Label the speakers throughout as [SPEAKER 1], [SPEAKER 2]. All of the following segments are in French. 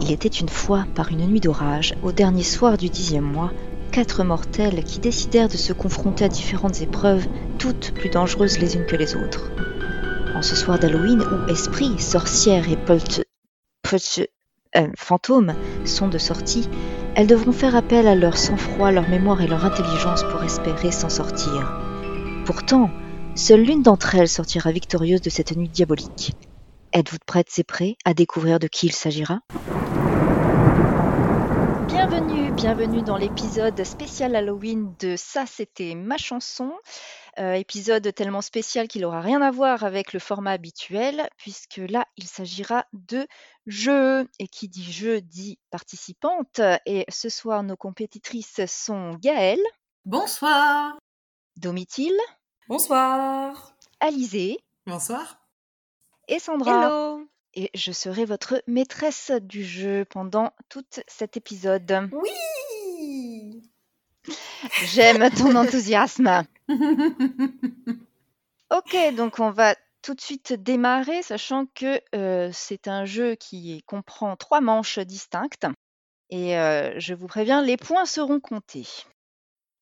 [SPEAKER 1] Il était une fois, par une nuit d'orage, au dernier soir du dixième mois, quatre mortels qui décidèrent de se confronter à différentes épreuves, toutes plus dangereuses les unes que les autres. En ce soir d'Halloween, où esprits, sorcières et polt... polt- euh, fantômes sont de sortie, elles devront faire appel à leur sang-froid, leur mémoire et leur intelligence pour espérer s'en sortir. Pourtant, seule l'une d'entre elles sortira victorieuse de cette nuit diabolique. Êtes-vous prêtes et prêts à découvrir de qui il s'agira Bienvenue, bienvenue dans l'épisode spécial Halloween de Ça c'était ma chanson. Euh, épisode tellement spécial qu'il n'aura rien à voir avec le format habituel, puisque là il s'agira de jeu. Et qui dit jeu dit participante. Et ce soir nos compétitrices sont Gaëlle,
[SPEAKER 2] Bonsoir.
[SPEAKER 1] Domitil,
[SPEAKER 3] Bonsoir.
[SPEAKER 1] Alizé
[SPEAKER 3] Bonsoir.
[SPEAKER 1] et Sandra.
[SPEAKER 2] Hello.
[SPEAKER 1] Et je serai votre maîtresse du jeu pendant tout cet épisode.
[SPEAKER 3] Oui.
[SPEAKER 1] J'aime ton enthousiasme. Ok, donc on va tout de suite démarrer, sachant que euh, c'est un jeu qui comprend trois manches distinctes. Et euh, je vous préviens, les points seront comptés.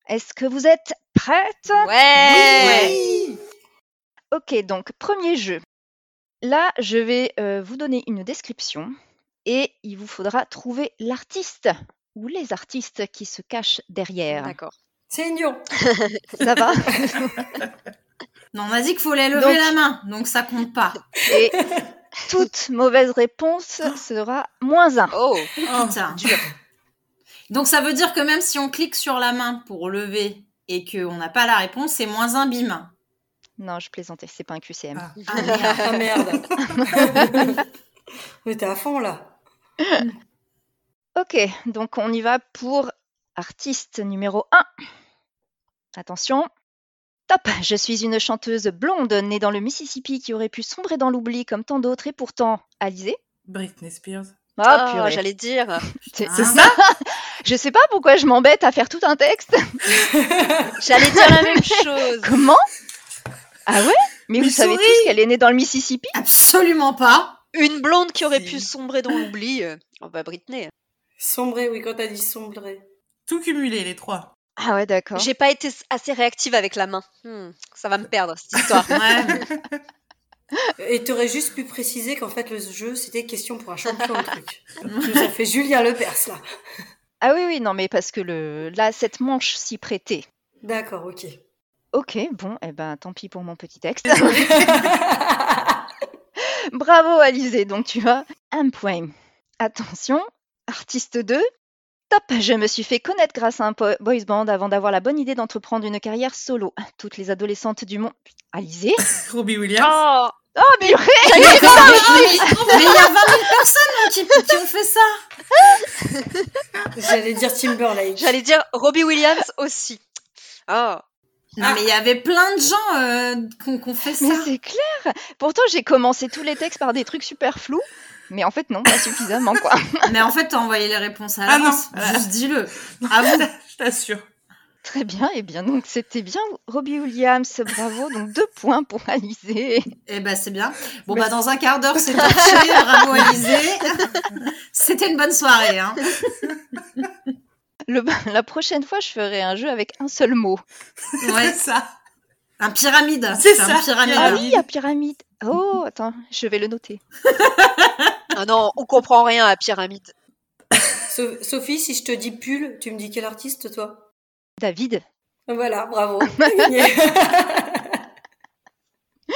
[SPEAKER 1] Est-ce que vous êtes prête
[SPEAKER 2] Ouais.
[SPEAKER 3] Oui.
[SPEAKER 1] Ok, donc premier jeu. Là, je vais euh, vous donner une description et il vous faudra trouver l'artiste ou les artistes qui se cachent derrière.
[SPEAKER 2] D'accord.
[SPEAKER 3] C'est ignon.
[SPEAKER 1] Ça va
[SPEAKER 2] Non, on a dit qu'il fallait lever
[SPEAKER 1] Donc-
[SPEAKER 2] la main, donc ça compte pas.
[SPEAKER 1] Et toute mauvaise réponse sera moins un.
[SPEAKER 4] Oh,
[SPEAKER 2] Putain. Donc ça veut dire que même si on clique sur la main pour lever et qu'on n'a pas la réponse, c'est moins un bim.
[SPEAKER 1] Non, je plaisantais, c'est pas un QCM.
[SPEAKER 3] Ah,
[SPEAKER 2] Ah, merde.
[SPEAKER 3] ah, merde. Mais t'es à fond là.
[SPEAKER 1] Ok, donc on y va pour artiste numéro 1. Attention. Top, je suis une chanteuse blonde née dans le Mississippi qui aurait pu sombrer dans l'oubli comme tant d'autres et pourtant, Alizé
[SPEAKER 3] Britney Spears.
[SPEAKER 1] Oh,
[SPEAKER 4] Ah,
[SPEAKER 1] purée.
[SPEAKER 4] j'allais dire.
[SPEAKER 1] C'est-
[SPEAKER 2] Putain.
[SPEAKER 3] C'est ça
[SPEAKER 1] Je sais pas pourquoi je m'embête à faire tout un texte.
[SPEAKER 4] J'allais dire la même chose.
[SPEAKER 1] Comment Ah ouais Mais
[SPEAKER 2] Mais
[SPEAKER 1] vous savez
[SPEAKER 2] souris
[SPEAKER 1] tous qu'elle est née dans le Mississippi
[SPEAKER 2] Absolument pas.
[SPEAKER 4] Une blonde qui aurait
[SPEAKER 3] Si.
[SPEAKER 4] pu sombrer dans l'oubli. euh, Oh bah Britney.
[SPEAKER 5] Sombrer, oui, quand t'as dit sombrer.
[SPEAKER 6] Tout cumulé, les trois.
[SPEAKER 1] Ah ouais, d'accord.
[SPEAKER 4] J'ai pas été assez réactive avec la main. Hmm, ça va me perdre cette histoire.
[SPEAKER 2] Ouais, mais-
[SPEAKER 5] Et t'aurais juste pu préciser qu'en fait, le jeu, c'était question pour un champion de truc. Tout à fait Julien Lepers, là.
[SPEAKER 1] Ah oui, oui, non, mais parce que le... là, cette manche s'y prêtait.
[SPEAKER 5] D'accord, ok.
[SPEAKER 1] Ok, bon, eh ben tant pis pour mon petit texte. Bravo Alizé, donc tu as un point. Attention, artiste 2. Top, je me suis fait connaître grâce à un po- boys band avant d'avoir la bonne idée d'entreprendre une carrière solo. Toutes les adolescentes du monde. Alizé
[SPEAKER 6] Robbie Williams.
[SPEAKER 4] Oh,
[SPEAKER 1] Oh, purée
[SPEAKER 4] j'allais dire
[SPEAKER 2] mais mais il y a 20 000 personnes qui, qui ont fait ça.
[SPEAKER 5] J'allais dire Timberlake.
[SPEAKER 4] J'allais dire Robbie Williams aussi. Oh,
[SPEAKER 6] Ah.
[SPEAKER 2] Non, mais il y avait plein de gens euh, qu'on qu'on fait ça.
[SPEAKER 1] Mais c'est clair Pourtant, j'ai commencé tous les textes par des trucs super flous, mais en fait, non, pas suffisamment, quoi.
[SPEAKER 2] Mais en fait, t'as envoyé les réponses à
[SPEAKER 6] Ah non.
[SPEAKER 2] l'avance. Juste dis-le. Ah bon
[SPEAKER 6] Je t'assure.
[SPEAKER 1] Très bien, et bien, donc c'était bien Robbie Williams, bravo, donc deux points pour Alizé.
[SPEAKER 2] Eh ben, c'est bien. Bon, bah, dans un quart d'heure, c'est torché. Bravo, Alizé. C'était une bonne soirée, hein.
[SPEAKER 1] Le- la prochaine fois, je ferai un jeu avec un seul mot.
[SPEAKER 2] Ouais.
[SPEAKER 6] C'est ça.
[SPEAKER 2] Un pyramide.
[SPEAKER 6] C'est
[SPEAKER 2] un
[SPEAKER 6] ça,
[SPEAKER 2] pyramide.
[SPEAKER 1] Ah oui, à pyramide. Oh, attends, je vais le noter.
[SPEAKER 4] ah non, on comprend rien à Pyramide.
[SPEAKER 5] So- Sophie, si je te dis pull, tu me dis quel artiste, toi
[SPEAKER 1] David.
[SPEAKER 5] Voilà, bravo. T'as gagné.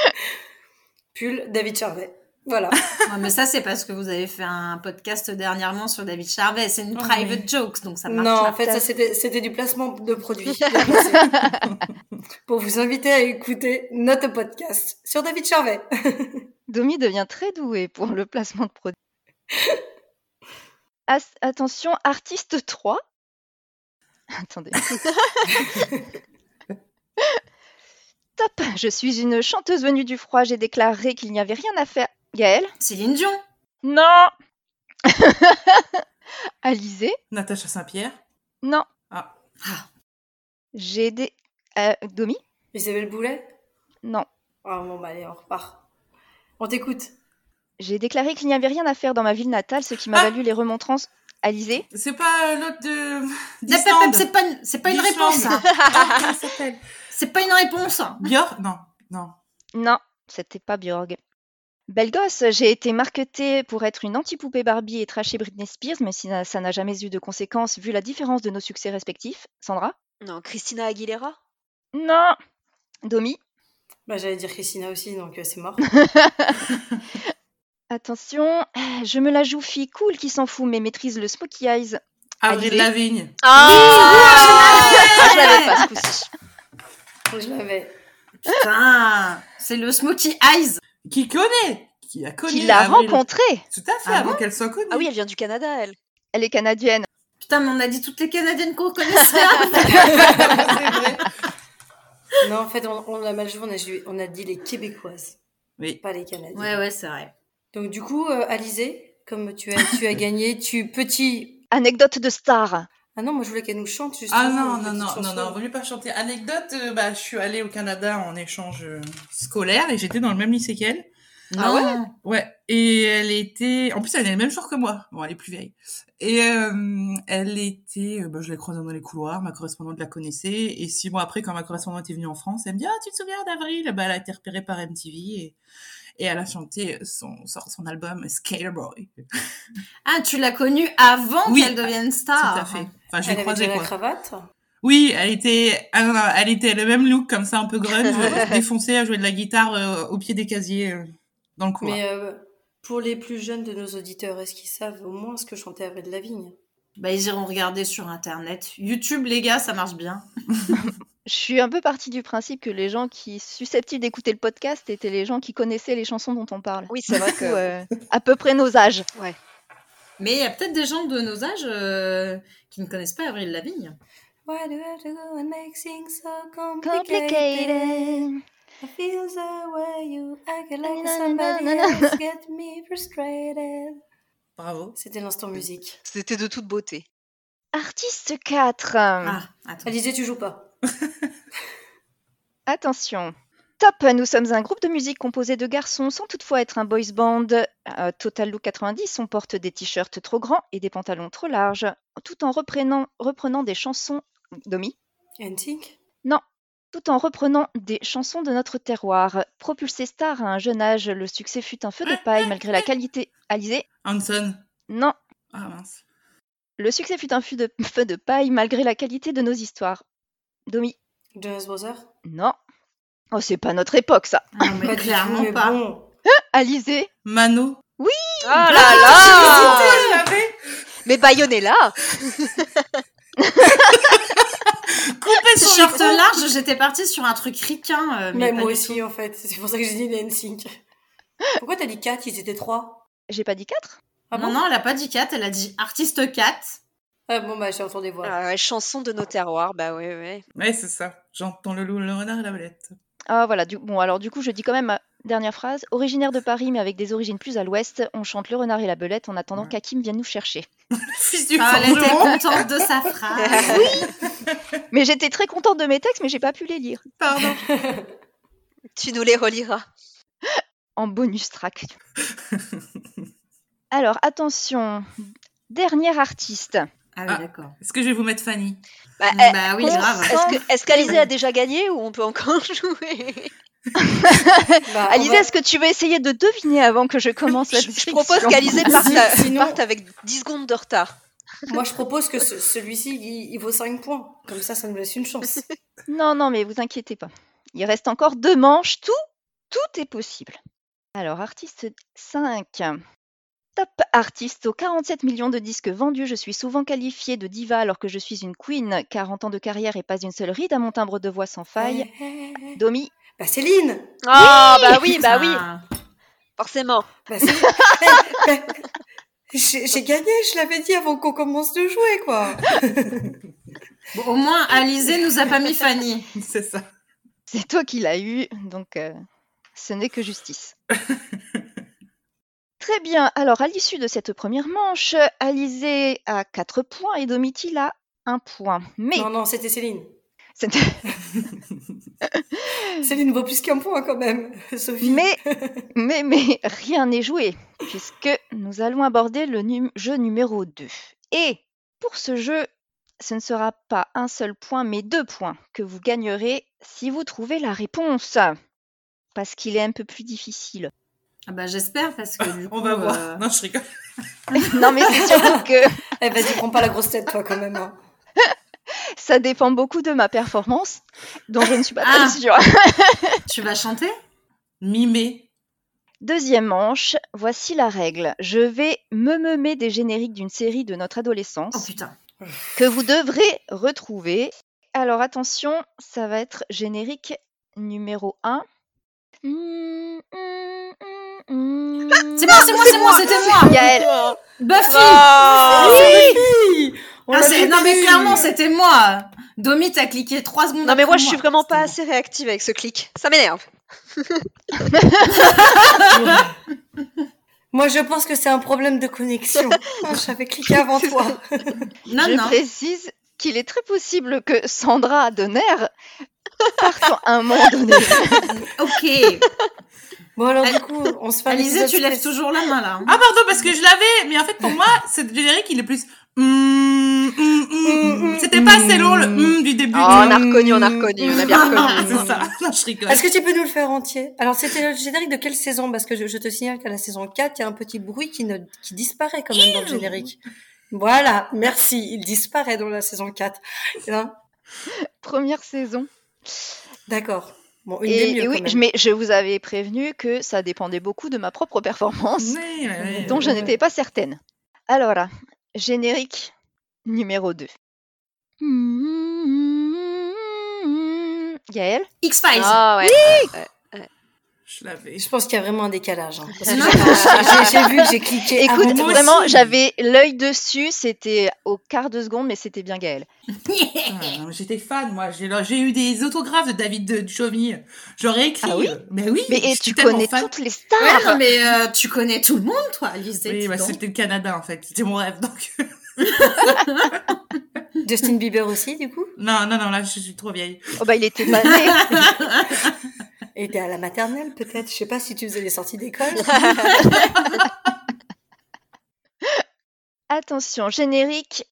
[SPEAKER 5] pull, David Charvet. Voilà.
[SPEAKER 2] Ouais, mais ça, c'est parce que vous avez fait un podcast dernièrement sur David Charvet. C'est une
[SPEAKER 6] Oh,
[SPEAKER 2] private joke, donc ça marche.
[SPEAKER 5] non,
[SPEAKER 2] là.
[SPEAKER 5] en fait,
[SPEAKER 1] T'as-
[SPEAKER 5] ça c'était c'était du placement de produits. pour vous inviter à écouter notre podcast sur David Charvet.
[SPEAKER 1] Domi devient très doué pour le placement de produits. As- attention, artiste 3. Attendez. Top, je suis une chanteuse venue du froid, j'ai déclaré qu'il n'y avait rien à faire. Gaëlle
[SPEAKER 2] Céline Dion.
[SPEAKER 1] Non Alizé
[SPEAKER 6] Natacha Saint-Pierre.
[SPEAKER 1] Non.
[SPEAKER 6] Ah.
[SPEAKER 2] Ah.
[SPEAKER 1] J'ai des... euh, Domi
[SPEAKER 5] Isabelle Boulet
[SPEAKER 1] Non.
[SPEAKER 5] Ah bon, bah allez, on repart. On t'écoute.
[SPEAKER 1] J'ai déclaré qu'il n'y avait rien à faire dans ma ville natale, ce qui m'a
[SPEAKER 6] Ah.
[SPEAKER 1] valu les remontrances. Alizé
[SPEAKER 6] C'est pas euh, l'autre de.
[SPEAKER 2] Hop, hop, hop, C'est pas, une- c'est pas une
[SPEAKER 6] D'Islande.
[SPEAKER 2] réponse. ça.
[SPEAKER 6] Comment Ah, ça s'appelle
[SPEAKER 2] C'est pas une réponse.
[SPEAKER 6] Björk Non, non.
[SPEAKER 1] Non, c'était pas Björg. Belle gosse, j'ai été marketée pour être une anti-poupée Barbie et tracher Britney Spears, mais si- ça n'a jamais eu de conséquences vu la différence de nos succès respectifs. Sandra
[SPEAKER 4] Non, Christina Aguilera
[SPEAKER 1] Non Domi
[SPEAKER 5] Bah, j'allais dire Christina aussi, donc euh, c'est mort.
[SPEAKER 1] Attention, je me la joue fille cool qui s'en fout mais maîtrise le smokey eyes.
[SPEAKER 6] Avril
[SPEAKER 1] Alizé
[SPEAKER 6] Lavigne.
[SPEAKER 4] Ah
[SPEAKER 1] Ah, je l'avais pas ce coup-ci.
[SPEAKER 5] Je l'avais.
[SPEAKER 2] Putain, c'est le Smokey Eyes.
[SPEAKER 6] Qui connaît Qui a connu
[SPEAKER 1] Qui l'a
[SPEAKER 6] Avril.
[SPEAKER 1] rencontrée
[SPEAKER 6] Tout à fait,
[SPEAKER 2] Ah
[SPEAKER 6] avant qu'elle soit connue.
[SPEAKER 4] Ah oui, elle vient du Canada, elle.
[SPEAKER 1] Elle est canadienne.
[SPEAKER 2] Putain, mais on a dit toutes les Canadiennes qu'on connaissait.
[SPEAKER 6] c'est vrai.
[SPEAKER 5] Non, en fait, on, on a mal joué, on a, joué- on a dit les Québécoises,
[SPEAKER 6] Oui.
[SPEAKER 5] pas les Canadiennes.
[SPEAKER 2] ouais, ouais, c'est vrai.
[SPEAKER 5] Donc, du coup, euh, Alizé, comme tu as, tu as gagné, tu petit.
[SPEAKER 1] Anecdote de star.
[SPEAKER 5] Ah non, moi je voulais qu'elle nous chante juste.
[SPEAKER 6] Ah non, non, non, non, non, vaut mieux pas chanter. Anecdote, euh, bah, je suis allée au Canada en échange euh, scolaire et j'étais dans le même lycée qu'elle.
[SPEAKER 2] Ah ouais
[SPEAKER 6] Ouais, et elle était. En plus, elle est le même jour que moi. Bon, elle est plus vieille. Et euh, elle était. euh, bah, je l'ai croisée dans les couloirs, ma correspondante la connaissait. Et six mois après, quand ma correspondante est venue en France, elle me dit Ah, tu te souviens d'Avril bah, Elle a été repérée par MTV et, et elle a chanté son, son, son album Skaterboy.
[SPEAKER 2] Ah, tu l'as connue avant
[SPEAKER 6] Oui,
[SPEAKER 2] qu'elle devienne
[SPEAKER 6] Ah,
[SPEAKER 2] star.
[SPEAKER 6] Tout à fait. Enfin, je l'ai
[SPEAKER 5] Elle avait
[SPEAKER 6] croisée,
[SPEAKER 5] déjà la
[SPEAKER 6] quoi.
[SPEAKER 5] cravate.
[SPEAKER 6] Oui, elle était. Ah non, non, elle était le même look, comme ça, un peu grunge, défoncée, à jouer de la guitare euh, au pied des casiers euh, dans le couloir.
[SPEAKER 5] Mais euh, pour les plus jeunes de nos auditeurs, est-ce qu'ils savent au moins ce que chantait Avril Lavigne
[SPEAKER 2] Bah, ils iront regarder sur internet. YouTube, les gars, ça marche bien.
[SPEAKER 1] Je suis un peu partie du principe que les gens qui susceptibles d'écouter le podcast étaient les gens qui connaissaient les chansons dont on parle.
[SPEAKER 4] Oui, c'est vrai
[SPEAKER 1] Ou,
[SPEAKER 4] que.
[SPEAKER 1] euh, à peu près nos âges.
[SPEAKER 2] Mais il y a peut-être des gens de nos âges euh, qui ne connaissent pas Avril Lavigne.
[SPEAKER 5] Why do I have to go and make things so complicated?
[SPEAKER 1] Complicated.
[SPEAKER 5] I feel the way you act like
[SPEAKER 1] Na, na,
[SPEAKER 5] somebody
[SPEAKER 1] na, na, na.
[SPEAKER 5] else get me frustrated.
[SPEAKER 4] euh,
[SPEAKER 6] Bravo.
[SPEAKER 5] C'était l'instant musique.
[SPEAKER 4] C'était de toute beauté.
[SPEAKER 1] Artiste 4.
[SPEAKER 2] Ah, attends.
[SPEAKER 5] Alizé, tu joues pas.
[SPEAKER 1] Attention. Top, nous sommes un groupe de musique composé de garçons sans toutefois être un boys band. Euh, Total Look 90, on porte des t-shirts trop grands et des pantalons trop larges, tout en reprenant, reprenant des chansons. Domi
[SPEAKER 5] NSYNC
[SPEAKER 1] tout en reprenant des chansons de notre terroir. Propulsé star à un jeune âge, le succès fut un feu de paille malgré la qualité. Alizé
[SPEAKER 6] Hanson.
[SPEAKER 1] Non,
[SPEAKER 6] Ah mince.
[SPEAKER 1] le succès fut un feu de, feu de paille malgré la qualité de nos histoires. Domi
[SPEAKER 5] Jonas Brothers
[SPEAKER 1] Non. Oh, c'est pas notre époque ça.
[SPEAKER 2] Ah, mais
[SPEAKER 5] du tout,
[SPEAKER 2] clairement
[SPEAKER 5] mais
[SPEAKER 2] pas.
[SPEAKER 5] bon.
[SPEAKER 1] Alizé
[SPEAKER 6] Mano.
[SPEAKER 4] Oh là là
[SPEAKER 6] Ah, j'avais
[SPEAKER 4] Mais Bayonella
[SPEAKER 6] coupé son
[SPEAKER 2] T-shirt
[SPEAKER 6] short
[SPEAKER 2] large, j'étais partie sur un truc ricain. euh, mais
[SPEAKER 5] Même
[SPEAKER 2] pas
[SPEAKER 5] moi
[SPEAKER 2] du tout.
[SPEAKER 5] aussi, en fait. C'est pour ça que j'ai dit les NSYNC. Pourquoi t'as dit 4 Ils étaient 3.
[SPEAKER 1] J'ai pas dit 4
[SPEAKER 5] Ah
[SPEAKER 2] non,
[SPEAKER 5] bon
[SPEAKER 2] non, elle a pas dit Cat, elle a dit artiste Cat.
[SPEAKER 5] Ah bon, bah j'ai entendu voir.
[SPEAKER 4] Ah ouais, Chanson de nos terroirs, bah ouais, ouais.
[SPEAKER 6] Ouais, c'est ça. J'entends le loup, le renard et la belette.
[SPEAKER 1] Ah voilà, du- bon alors du coup je dis quand même ma dernière phrase. Originaire de Paris mais avec des origines plus à l'ouest, on chante le renard et la belette en attendant
[SPEAKER 6] Ouais.
[SPEAKER 1] qu'Hakim vienne nous chercher.
[SPEAKER 6] Fils du
[SPEAKER 2] Ah, elle était
[SPEAKER 6] forgeron.
[SPEAKER 2] contente de sa phrase.
[SPEAKER 1] Mais j'étais très contente de mes textes mais j'ai pas pu les lire.
[SPEAKER 6] Pardon.
[SPEAKER 4] Tu nous les reliras.
[SPEAKER 1] en bonus track. Alors attention, dernier artiste.
[SPEAKER 2] Ah
[SPEAKER 6] Ah.
[SPEAKER 2] oui, d'accord.
[SPEAKER 6] Est-ce que je vais vous mettre Fanny
[SPEAKER 4] Bah, eh,
[SPEAKER 2] Bah oui,
[SPEAKER 1] on
[SPEAKER 2] grave.
[SPEAKER 1] sent-
[SPEAKER 4] est-ce que- est-ce qu'Alizé a déjà gagné ou on peut encore jouer
[SPEAKER 5] Bah, on
[SPEAKER 1] Alizé,
[SPEAKER 5] va-
[SPEAKER 1] est-ce que tu veux essayer de deviner avant que je commence la
[SPEAKER 4] Oh, Je, je
[SPEAKER 1] description
[SPEAKER 4] propose qu'Alizé parte, à-
[SPEAKER 5] Sinon-
[SPEAKER 4] parte avec 10 secondes de retard.
[SPEAKER 5] Moi, je propose que ce- celui-ci, il, il vaut 5 points. Comme ça, ça nous laisse une chance.
[SPEAKER 1] Non, non, mais vous inquiétez pas. Il reste encore deux manches. Tout, tout est possible. Alors, artiste 5. Top artiste aux 47 millions de disques vendus, je suis souvent qualifiée de diva alors que je suis une queen. 40 ans de carrière et pas une seule ride à mon timbre de voix sans faille.
[SPEAKER 5] Eh, eh, eh.
[SPEAKER 1] Domi,
[SPEAKER 5] Bah Céline
[SPEAKER 4] Ah bah oui, bah oui,
[SPEAKER 2] Putain.
[SPEAKER 4] forcément.
[SPEAKER 5] Bah, Céline. Eh, bah, J'ai j'ai gagné, je l'avais dit avant qu'on commence de jouer, quoi.
[SPEAKER 2] Bon, au moins, Alizé nous a pas mis Fanny.
[SPEAKER 6] C'est ça.
[SPEAKER 1] C'est toi qui l'as eu, donc euh, ce n'est que justice. Très bien, alors à l'issue de cette première manche, Alizé a 4 points et Domitil a 1 point. Mais
[SPEAKER 5] Non, non, c'était Céline.
[SPEAKER 1] c'est-
[SPEAKER 5] Céline vaut plus qu'un point quand même, Sophie.
[SPEAKER 1] Mais, mais, mais rien n'est joué, puisque nous allons aborder le num- jeu numéro 2. Et pour ce jeu, ce ne sera pas un seul point, mais deux points que vous gagnerez si vous trouvez la réponse. Parce qu'il est un peu plus difficile.
[SPEAKER 2] Ah bah j'espère parce que du coup,
[SPEAKER 6] On va voir.
[SPEAKER 2] euh,
[SPEAKER 6] Non, je rigole.
[SPEAKER 1] non, mais c'est surtout que
[SPEAKER 5] Eh, vas-y, prends pas la grosse tête, toi, quand même. hein.
[SPEAKER 1] ça dépend beaucoup de ma performance, dont je ne suis pas
[SPEAKER 2] Ah.
[SPEAKER 1] très sûre.
[SPEAKER 2] tu vas chanter
[SPEAKER 6] Mimé.
[SPEAKER 1] Deuxième manche, voici la règle. Je vais me meumer des génériques d'une série de notre
[SPEAKER 2] Oh
[SPEAKER 1] adolescence
[SPEAKER 2] putain.
[SPEAKER 1] que vous devrez retrouver. Alors attention, ça va être générique numéro 1.
[SPEAKER 2] C'est moi, c'est moi, c'est moi, c'était moi. Bah,
[SPEAKER 1] Gaëlle.
[SPEAKER 2] Buffy.
[SPEAKER 4] Ah,
[SPEAKER 5] On
[SPEAKER 2] Ah,
[SPEAKER 5] l'a
[SPEAKER 2] c'est-
[SPEAKER 5] fait
[SPEAKER 2] non mais
[SPEAKER 5] plus.
[SPEAKER 2] clairement c'était moi. Domi t'as cliqué trois secondes.
[SPEAKER 4] Non, mais
[SPEAKER 2] après
[SPEAKER 4] moi, je suis vraiment pas
[SPEAKER 2] C'était
[SPEAKER 4] assez réactive avec ce clic. Ça m'énerve.
[SPEAKER 5] Moi, je pense que c'est un problème de connexion. Ah, J'avais cliqué avant toi.
[SPEAKER 2] moi. Non
[SPEAKER 1] Je
[SPEAKER 2] non.
[SPEAKER 1] précise qu'il est très possible que Sandra Donner parte à un moment donné.
[SPEAKER 2] Ok.
[SPEAKER 5] Bon, alors,
[SPEAKER 2] Al-
[SPEAKER 5] du coup, on se fait un
[SPEAKER 2] Alizé
[SPEAKER 5] épisode
[SPEAKER 2] tu lèves
[SPEAKER 5] spécial.
[SPEAKER 2] toujours la main là. hein.
[SPEAKER 6] Ah, pardon, parce que je l'avais. Mais en fait, pour moi, ce générique, il est plus. Hum, hum, hum, hum. C'était pas assez long, le hum du début.
[SPEAKER 4] Mm, Oh, on a reconnu, on a reconnu, on a bien
[SPEAKER 6] Ah,
[SPEAKER 4] reconnu.
[SPEAKER 6] c'est ça. Non, je rigole.
[SPEAKER 5] Est-ce que tu peux nous le faire entier Alors, c'était le générique de quelle saison Parce que je, je te signale qu'à la saison 4, il y a un petit bruit qui, ne, qui disparaît quand même dans le générique. Voilà, merci. Il disparaît dans la saison 4. Hein
[SPEAKER 1] Première saison.
[SPEAKER 5] D'accord. Bon, une
[SPEAKER 1] Et,
[SPEAKER 5] des mieux,
[SPEAKER 1] et oui,
[SPEAKER 5] quand même.
[SPEAKER 1] je- mais je vous avais prévenu que ça dépendait beaucoup de ma propre performance.
[SPEAKER 6] Ouais, ouais, ouais.
[SPEAKER 1] dont je n'étais pas certaine. Alors, là, générique numéro 2. Gaël
[SPEAKER 2] X Files.
[SPEAKER 4] Ah, ouais.
[SPEAKER 6] Je l'avais.
[SPEAKER 5] Je pense qu'il y a vraiment un décalage.
[SPEAKER 4] Ah,
[SPEAKER 5] hein, parce que
[SPEAKER 2] Non.
[SPEAKER 5] j'ai- j'ai- J'ai vu que j'ai cliqué.
[SPEAKER 1] Écoute,
[SPEAKER 5] avant toi.
[SPEAKER 1] vraiment, j'avais l'œil dessus, c'était au quart de seconde, mais c'était bien Gaël.
[SPEAKER 6] Ah, mais J'étais fan, moi. J'ai j'ai eu des autographes de David de Duchovny. J'aurais écrit.
[SPEAKER 1] Ah oui
[SPEAKER 6] Mais oui.
[SPEAKER 1] Mais et
[SPEAKER 6] je suis
[SPEAKER 1] tu
[SPEAKER 6] tellement
[SPEAKER 1] connais
[SPEAKER 6] fan.
[SPEAKER 1] toutes les
[SPEAKER 2] Ouais,
[SPEAKER 1] stars
[SPEAKER 2] non, mais euh, tu connais tout le monde toi Alizé.
[SPEAKER 6] Oui,
[SPEAKER 2] dis
[SPEAKER 6] bah,
[SPEAKER 2] donc.
[SPEAKER 6] c'était le Canada, en fait. C'était mon rêve. Donc,
[SPEAKER 5] Justin Bieber aussi, du coup.
[SPEAKER 6] non, non, non, là, je suis trop vieille.
[SPEAKER 1] Oh bah, il était pas né
[SPEAKER 5] Et t'es à la maternelle, peut-être. Je sais pas si tu faisais les sorties d'école.
[SPEAKER 1] Attention, générique.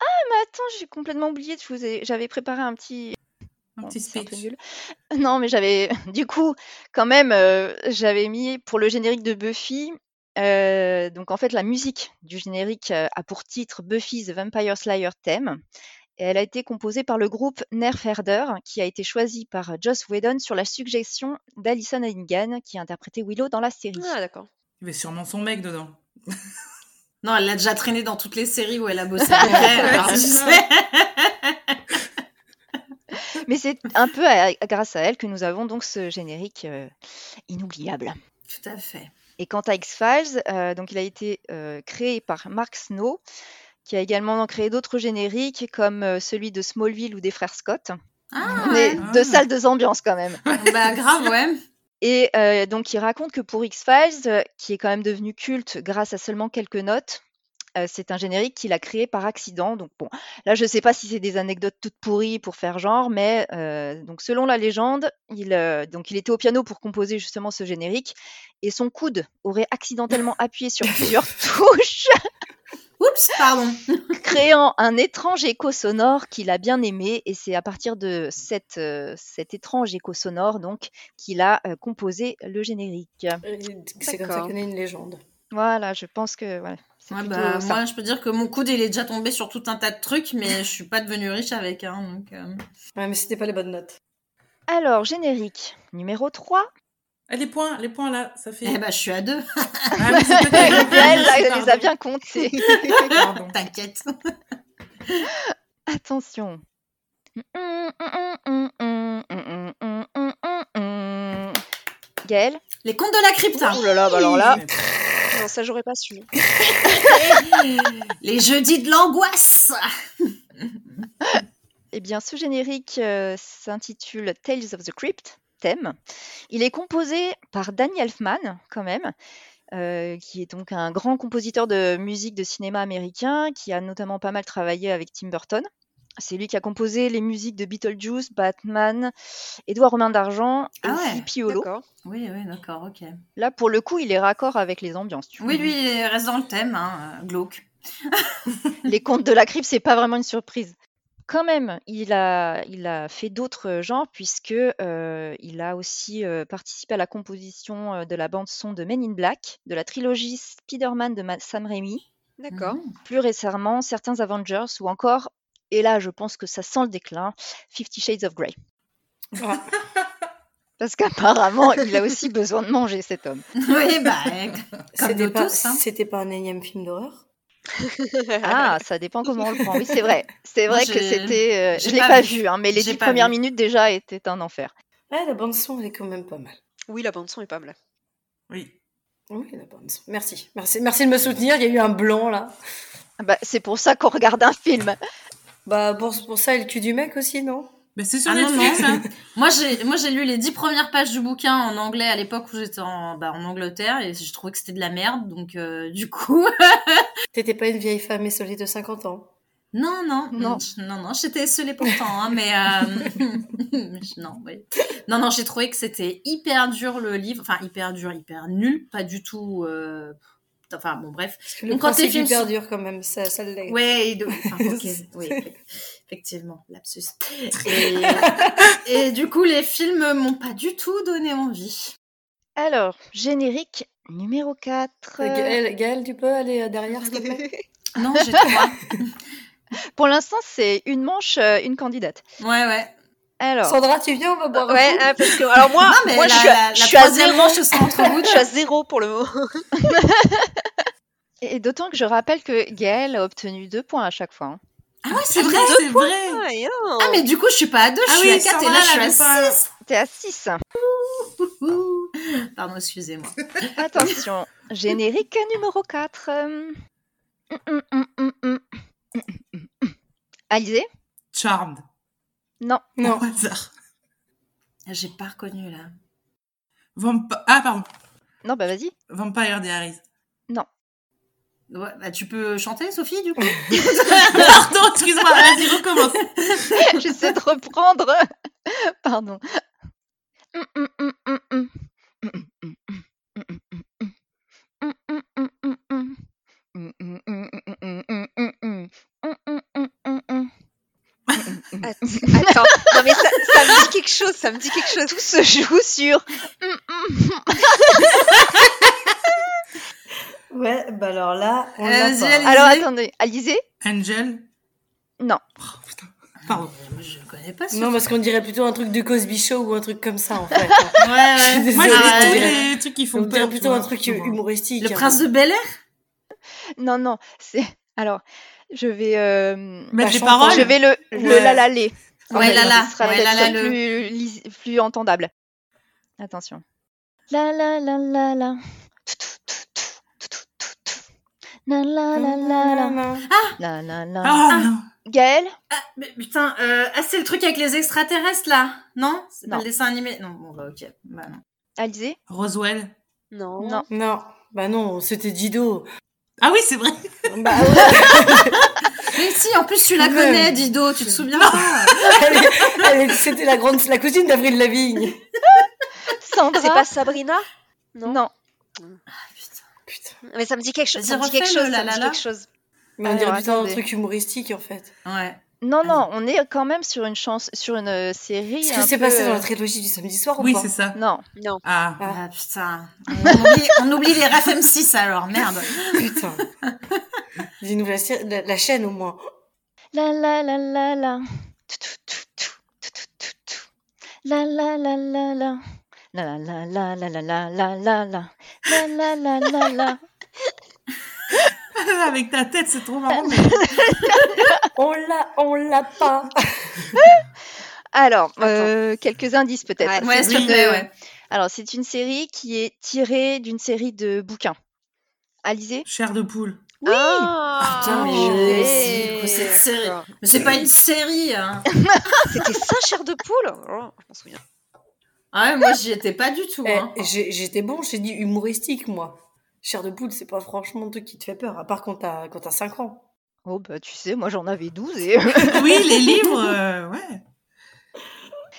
[SPEAKER 1] Ah, mais attends, j'ai complètement oublié, je vous ai- j'avais préparé un petit...
[SPEAKER 6] Un
[SPEAKER 1] Bon,
[SPEAKER 6] petit
[SPEAKER 1] c'est un peu
[SPEAKER 6] speech.
[SPEAKER 1] nul. Non, mais j'avais. Du coup, quand même, euh, j'avais mis pour le générique de Buffy. euh, donc, en fait, la musique du générique euh, a pour titre Buffy the Vampire Slayer Theme. Et elle a été composée par le groupe Nerfherder, qui a été choisi par Joss Whedon sur la suggestion d'Alison Hannigan, qui a interprété Willow dans la série.
[SPEAKER 4] Ah, d'accord.
[SPEAKER 6] Il y avait sûrement son mec dedans.
[SPEAKER 2] Non, elle l'a déjà traîné dans toutes les séries où elle a bossé. après, alors,
[SPEAKER 6] Ouais,
[SPEAKER 2] tu
[SPEAKER 6] c'est ça.
[SPEAKER 2] sais.
[SPEAKER 1] Mais c'est un peu à- grâce à elle que nous avons donc ce générique euh, inoubliable.
[SPEAKER 2] Tout à fait.
[SPEAKER 1] Et quant à X-Files, euh, donc il a été euh, créé par Mark Snow, qui a également créé d'autres génériques comme euh, celui de Smallville ou des frères Scott.
[SPEAKER 2] Ah,
[SPEAKER 1] Mais
[SPEAKER 2] ouais.
[SPEAKER 1] deux salles, deux ambiances quand même.
[SPEAKER 2] bah grave, ouais.
[SPEAKER 1] Et euh, donc il raconte que pour X-Files, euh, qui est quand même devenu culte grâce à seulement quelques notes, euh, c'est un générique qu'il a créé par accident. Donc bon, là je ne sais pas si c'est des anecdotes toutes pourries pour faire genre, mais euh, donc selon la légende, il, euh, donc il était au piano pour composer justement ce générique et son coude aurait accidentellement appuyé sur plusieurs touches
[SPEAKER 2] Oups, pardon.
[SPEAKER 1] créant un étrange écho sonore qu'il a bien aimé et c'est à partir de cette, euh, cet étrange écho sonore donc qu'il a euh, composé le générique.
[SPEAKER 5] Et Euh, C'est comme ça
[SPEAKER 4] D'accord.
[SPEAKER 5] qu'on est une légende.
[SPEAKER 1] Voilà, je pense que voilà, c'est
[SPEAKER 2] Ouais,
[SPEAKER 1] plutôt
[SPEAKER 2] bah,
[SPEAKER 1] ça.
[SPEAKER 2] moi, je peux dire que mon coude, il est déjà tombé sur tout un tas de trucs, mais je suis pas devenue riche avec. Hein, donc, euh.
[SPEAKER 5] Ouais, mais c'était pas les bonnes notes.
[SPEAKER 1] Alors, générique numéro 3.
[SPEAKER 6] Eh, les points, les points là, ça fait.
[SPEAKER 2] Eh bah, je suis à deux.
[SPEAKER 6] Ah, mais c'est peut-être-
[SPEAKER 1] Gaëlle elle les a
[SPEAKER 6] Pardon.
[SPEAKER 1] bien comptés.
[SPEAKER 6] Pardon.
[SPEAKER 2] T'inquiète.
[SPEAKER 1] Attention. Gaëlle
[SPEAKER 2] Les contes de la crypte. hein.
[SPEAKER 1] Oh là là, bah alors là.
[SPEAKER 4] Non, ça, j'aurais pas su.
[SPEAKER 2] Les jeudis de l'angoisse.
[SPEAKER 1] Eh bien, ce générique euh, s'intitule Tales of the Crypt, thème. Il est composé par Danny Elfman, quand même, euh, qui est donc un grand compositeur de musique de cinéma américain, qui a notamment pas mal travaillé avec Tim Burton. C'est lui qui a composé les musiques de Beetlejuice, Batman, Édouard Romain d'Argent et
[SPEAKER 2] Ah ouais,
[SPEAKER 1] aussi Piolo.
[SPEAKER 4] D'accord.
[SPEAKER 2] Oui, oui, d'accord, ok.
[SPEAKER 1] Là, pour le coup, il est raccord avec les ambiances. tu vois.
[SPEAKER 2] Oui, lui, il reste dans le thème, hein, euh, glauque.
[SPEAKER 1] les contes de la crypte, c'est pas vraiment une surprise. Quand même, il a, il a fait d'autres genres puisque euh, il a aussi euh, participé à la composition euh, de la bande son de Men in Black, de la trilogie Spider-Man de Ma- Sam Raimi,
[SPEAKER 4] D'accord.
[SPEAKER 2] Mhm.
[SPEAKER 1] plus récemment certains Avengers ou encore, et là je pense que ça sent le déclin, Fifty Shades of Grey.
[SPEAKER 5] Ah.
[SPEAKER 1] Parce qu'apparemment, il a aussi besoin de manger cet homme.
[SPEAKER 2] oui, bah, euh, Comme
[SPEAKER 5] C'était
[SPEAKER 2] nous
[SPEAKER 5] pas,
[SPEAKER 2] tous, hein.
[SPEAKER 5] c'était pas un énième film d'horreur
[SPEAKER 1] Ah, ça dépend comment on le prend. Oui, c'est vrai. C'est
[SPEAKER 2] Moi,
[SPEAKER 1] vrai que
[SPEAKER 2] j'ai-
[SPEAKER 1] c'était. euh,
[SPEAKER 2] j'ai
[SPEAKER 1] je l'ai
[SPEAKER 2] pas
[SPEAKER 1] pas
[SPEAKER 2] vu.
[SPEAKER 1] vu, hein, mais les
[SPEAKER 2] J'ai
[SPEAKER 1] dix
[SPEAKER 2] pas
[SPEAKER 1] premières
[SPEAKER 2] vu.
[SPEAKER 1] minutes déjà étaient un enfer.
[SPEAKER 5] Ouais, la bande son, elle est quand même pas mal.
[SPEAKER 4] Oui, la bande son est pas mal.
[SPEAKER 6] Oui.
[SPEAKER 5] Oui, la bande son. Merci, merci, merci de me soutenir. Il y a eu un blanc là.
[SPEAKER 1] Ah Bah, c'est pour ça qu'on regarde un film.
[SPEAKER 5] Bah pour, pour ça, et le cul du mec aussi, non
[SPEAKER 6] Mais c'est sur
[SPEAKER 2] Ah non,
[SPEAKER 6] Netflix,
[SPEAKER 2] non.
[SPEAKER 6] hein.
[SPEAKER 2] Moi, j'ai, moi, j'ai lu les dix premières pages du bouquin en anglais à l'époque où j'étais en, bah, en Angleterre et je trouvais que c'était de la merde. Donc, euh, du coup,
[SPEAKER 5] T'étais pas une vieille femme esselée de 50 ans.
[SPEAKER 2] non, non,
[SPEAKER 1] Non.
[SPEAKER 2] je- non, non, j'étais esselée pourtant, hein, mais euh, je- non, oui. non, non, j'ai trouvé que c'était hyper dur le livre, enfin hyper dur, hyper nul, pas du tout. euh, Enfin, bon, bref.
[SPEAKER 5] Parce que le
[SPEAKER 2] Donc, quand tes
[SPEAKER 5] principe
[SPEAKER 2] films
[SPEAKER 5] hyper
[SPEAKER 2] sont-
[SPEAKER 5] dur quand même, ça, ça l'est.
[SPEAKER 2] Ouais, et de- enfin, ok, oui, effectivement, lapsus. Et, et du coup, les films m'ont pas du tout donné envie.
[SPEAKER 1] Alors, générique numéro 4.
[SPEAKER 5] Euh, Gaëlle, Gaëlle, tu peux aller euh, derrière, s'il te plaît
[SPEAKER 2] Non, j'ai trois.
[SPEAKER 1] Pour l'instant, c'est une manche, euh, une candidate.
[SPEAKER 2] Ouais, ouais.
[SPEAKER 1] Alors,
[SPEAKER 5] Sandra, tu viens, on va boire un
[SPEAKER 4] Ouais,
[SPEAKER 5] coup
[SPEAKER 4] hein, parce que alors moi,
[SPEAKER 2] Non, mais
[SPEAKER 4] moi
[SPEAKER 2] la,
[SPEAKER 4] je suis
[SPEAKER 2] la,
[SPEAKER 4] à,
[SPEAKER 2] la
[SPEAKER 4] je suis à
[SPEAKER 2] troisième
[SPEAKER 4] zéro.
[SPEAKER 2] manche, ce sera entre vous
[SPEAKER 4] Je
[SPEAKER 2] deux.
[SPEAKER 4] suis à zéro pour le moment.
[SPEAKER 1] et d'autant que je rappelle que Gaëlle a obtenu deux points à chaque fois. hein.
[SPEAKER 2] Ah ouais, c'est vrai.
[SPEAKER 6] C'est vrai.
[SPEAKER 4] Ah, et non.
[SPEAKER 2] Ah, mais du coup, je suis pas à deux, je
[SPEAKER 6] Ah
[SPEAKER 2] suis
[SPEAKER 6] oui,
[SPEAKER 2] à quatre et
[SPEAKER 6] Sandra,
[SPEAKER 2] là, je
[SPEAKER 6] elle
[SPEAKER 2] suis à
[SPEAKER 6] avait pas-
[SPEAKER 2] six.
[SPEAKER 1] T'es à 6.
[SPEAKER 2] Ouh. Pardon, excusez-moi.
[SPEAKER 1] Attention, générique numéro Hum, 4. hum, Alizé
[SPEAKER 6] Charmed.
[SPEAKER 1] Non.
[SPEAKER 5] Non.
[SPEAKER 6] Au hasard.
[SPEAKER 2] J'ai pas reconnu, là.
[SPEAKER 6] Vamp- Ah, pardon.
[SPEAKER 1] Non, bah vas-y.
[SPEAKER 6] Vampire Diaries.
[SPEAKER 2] Ouais, bah, tu peux chanter, Sophie, du coup
[SPEAKER 6] Pardon, excuse-moi. Vas-y, recommence.
[SPEAKER 1] J'essaie de reprendre. Pardon.
[SPEAKER 4] Att- Attends, non mais ça, ça me dit quelque chose, ça me dit quelque chose.
[SPEAKER 1] Tout se joue sur.
[SPEAKER 5] Ouais, bah alors là, on
[SPEAKER 2] Euh,
[SPEAKER 5] l'a
[SPEAKER 2] vas-y,
[SPEAKER 5] pas.
[SPEAKER 2] allez.
[SPEAKER 1] Alors attendez, Alizé
[SPEAKER 6] Angel.
[SPEAKER 1] Non.
[SPEAKER 6] Oh, putain. Pardon.
[SPEAKER 2] Mais Je connais pas ce
[SPEAKER 5] Non, parce qu'on dirait plutôt un truc de Cosby Show ou un truc comme ça, en fait.
[SPEAKER 2] Ouais, ouais.
[SPEAKER 5] Je suis
[SPEAKER 6] Moi, j'ai
[SPEAKER 5] désolée.
[SPEAKER 2] Ah,
[SPEAKER 6] tous
[SPEAKER 2] ouais.
[SPEAKER 6] les trucs qui
[SPEAKER 5] On
[SPEAKER 6] font peur.
[SPEAKER 5] dirait
[SPEAKER 6] tu
[SPEAKER 5] plutôt
[SPEAKER 6] vois,
[SPEAKER 5] un truc
[SPEAKER 6] tu vois.
[SPEAKER 5] humoristique.
[SPEAKER 2] Le
[SPEAKER 5] hein.
[SPEAKER 2] prince de Bel Air
[SPEAKER 1] Non, non. C'est. Alors, je vais. euh,
[SPEAKER 6] Mettre les
[SPEAKER 5] chanson.
[SPEAKER 6] paroles.
[SPEAKER 1] Je vais le, le
[SPEAKER 5] Ouais.
[SPEAKER 1] lalaler.
[SPEAKER 2] Ouais, là, là.
[SPEAKER 1] Ce sera
[SPEAKER 2] Ouais,
[SPEAKER 1] peut-être
[SPEAKER 2] là, là, le.
[SPEAKER 1] plus, lis- plus entendable. Attention. La la la la la. La la la la la. La la la.
[SPEAKER 6] Ah, non.
[SPEAKER 1] Gaëlle
[SPEAKER 2] Ah, mais putain, euh, ah, c'est le truc avec les extraterrestres, là Non C'est pas
[SPEAKER 1] Non.
[SPEAKER 2] le dessin animé Non, bon, bah, ok. Bah, non.
[SPEAKER 1] Alizé
[SPEAKER 6] Roswell.
[SPEAKER 4] Non.
[SPEAKER 1] Non.
[SPEAKER 5] Non, bah non, c'était Dido.
[SPEAKER 6] Ah oui, c'est vrai.
[SPEAKER 5] Bah ouais,
[SPEAKER 2] Mais si, en plus, tu la
[SPEAKER 5] Mais-
[SPEAKER 2] connais, Dido, tu te souviens pas
[SPEAKER 5] elle est- elle est- c'était la grande, la cousine d'Avril Lavigne.
[SPEAKER 1] Sandra
[SPEAKER 4] C'est pas Sabrina
[SPEAKER 1] Non.
[SPEAKER 2] Putain.
[SPEAKER 5] Putain.
[SPEAKER 4] Mais ça me dit quelque chose.
[SPEAKER 2] Vas-y,
[SPEAKER 4] Ça me dit quelque
[SPEAKER 2] refais-le,
[SPEAKER 4] chose. Ça me
[SPEAKER 2] là,
[SPEAKER 4] dit
[SPEAKER 2] là,
[SPEAKER 4] quelque chose.
[SPEAKER 5] Mais on
[SPEAKER 1] Alors,
[SPEAKER 5] dirait plutôt un
[SPEAKER 1] Ah, attendez.
[SPEAKER 5] truc humoristique, en fait.
[SPEAKER 2] Ouais.
[SPEAKER 1] Non,
[SPEAKER 2] Vas-y.
[SPEAKER 1] non, on est quand même sur une chance, sur une euh, série.
[SPEAKER 5] Est-ce
[SPEAKER 1] un
[SPEAKER 5] que c'est
[SPEAKER 1] peu,
[SPEAKER 5] passé dans
[SPEAKER 1] euh,
[SPEAKER 5] la trilogie du samedi soir
[SPEAKER 6] Oui,
[SPEAKER 5] ou pas
[SPEAKER 6] c'est ça.
[SPEAKER 1] Non.
[SPEAKER 4] Non.
[SPEAKER 6] Ah.
[SPEAKER 5] Ah.
[SPEAKER 2] Ah putain, on oublie, on oublie les refm 6 alors, merde.
[SPEAKER 5] Putain. Dis-nous la, sé- la- la chaîne au moins.
[SPEAKER 1] La la la la la. Tout, tout, tout, tout, tout, tout, tout, tout. La la la la la. La la la la la la la la la la. La la la la la.
[SPEAKER 6] Avec ta tête, c'est trop marrant. mais-
[SPEAKER 5] On l'a, on l'a pas.
[SPEAKER 1] Alors, euh, quelques indices peut-être.
[SPEAKER 2] Ouais,
[SPEAKER 1] C'est
[SPEAKER 2] s'il
[SPEAKER 1] une-
[SPEAKER 2] te
[SPEAKER 1] euh,
[SPEAKER 2] plaît, ouais.
[SPEAKER 1] Alors, c'est une série qui est tirée d'une série de bouquins. Alizé
[SPEAKER 6] Chair de poule.
[SPEAKER 1] Oui
[SPEAKER 4] Ah,
[SPEAKER 2] Putain, mais
[SPEAKER 5] je
[SPEAKER 2] l'ai,
[SPEAKER 4] ok,
[SPEAKER 2] c'est- cette série.
[SPEAKER 4] d'accord.
[SPEAKER 2] Mais c'est pas une série, hein.
[SPEAKER 4] C'était ça, chair de poule Oh, Je m'en souviens.
[SPEAKER 2] Ah ouais, moi j'y étais pas du tout.
[SPEAKER 5] Eh,
[SPEAKER 2] hein.
[SPEAKER 5] j'ai- J'étais bon, j'ai dit humoristique, moi. Chair de poule, c'est pas franchement un truc qui te fait peur, à part quand t'as quand t'as 5 ans.
[SPEAKER 1] Oh, bah, tu sais, moi, j'en avais 12 et.
[SPEAKER 6] oui, les livres, euh, ouais.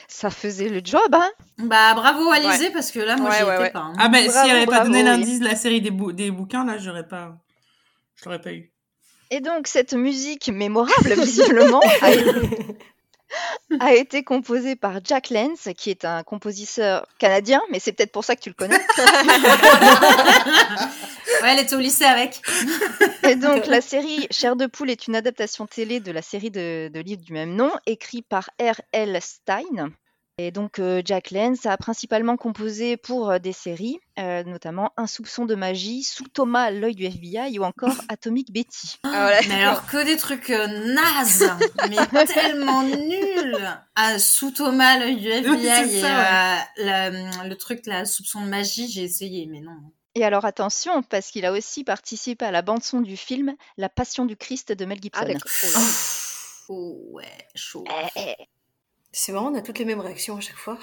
[SPEAKER 1] Ça faisait le job, hein
[SPEAKER 2] Bah, bravo, Alizé, parce que là, moi,
[SPEAKER 4] Ouais,
[SPEAKER 2] j'y
[SPEAKER 4] ouais,
[SPEAKER 2] étais
[SPEAKER 4] ouais.
[SPEAKER 2] pas. hein.
[SPEAKER 6] Ah, ben,
[SPEAKER 1] Bravo,
[SPEAKER 6] si elle avait pas
[SPEAKER 1] bravo,
[SPEAKER 6] donné
[SPEAKER 1] oui.
[SPEAKER 6] l'indice de la série des, bou- des bouquins, là, j'aurais pas. Je l'aurais pas eu.
[SPEAKER 1] Et donc, cette musique mémorable, visiblement, a, a été composée par Jack Lance, qui est un compositeur canadien, mais c'est peut-être pour ça que tu le connais.
[SPEAKER 2] Ouais, elle était au lycée avec.
[SPEAKER 1] Et donc, la série Chair de poule est une adaptation télé de la série de, de livres du même nom, écrit par R.L. Stein. Et donc, euh, Jack Lance a principalement composé pour euh, des séries, euh, notamment Un soupçon de magie, Sous Thomas, l'œil du FBI ou encore Atomic Betty.
[SPEAKER 4] Ah, voilà.
[SPEAKER 2] Mais alors que des trucs euh, nazes, mais tellement nuls. Ah, sous Thomas, l'œil du
[SPEAKER 6] Oui,
[SPEAKER 2] FBI
[SPEAKER 6] c'est
[SPEAKER 2] et
[SPEAKER 6] ça,
[SPEAKER 2] euh, la- le truc, la soupçon de magie, j'ai essayé, mais non.
[SPEAKER 1] Et alors attention, parce qu'il a aussi participé à la bande-son du film La Passion du Christ de Mel Gibson.
[SPEAKER 4] Ah, d'accord. Oh là.
[SPEAKER 2] Oh ouais, chaud.
[SPEAKER 1] Eh, eh.
[SPEAKER 5] C'est marrant, on a toutes les mêmes réactions à chaque fois.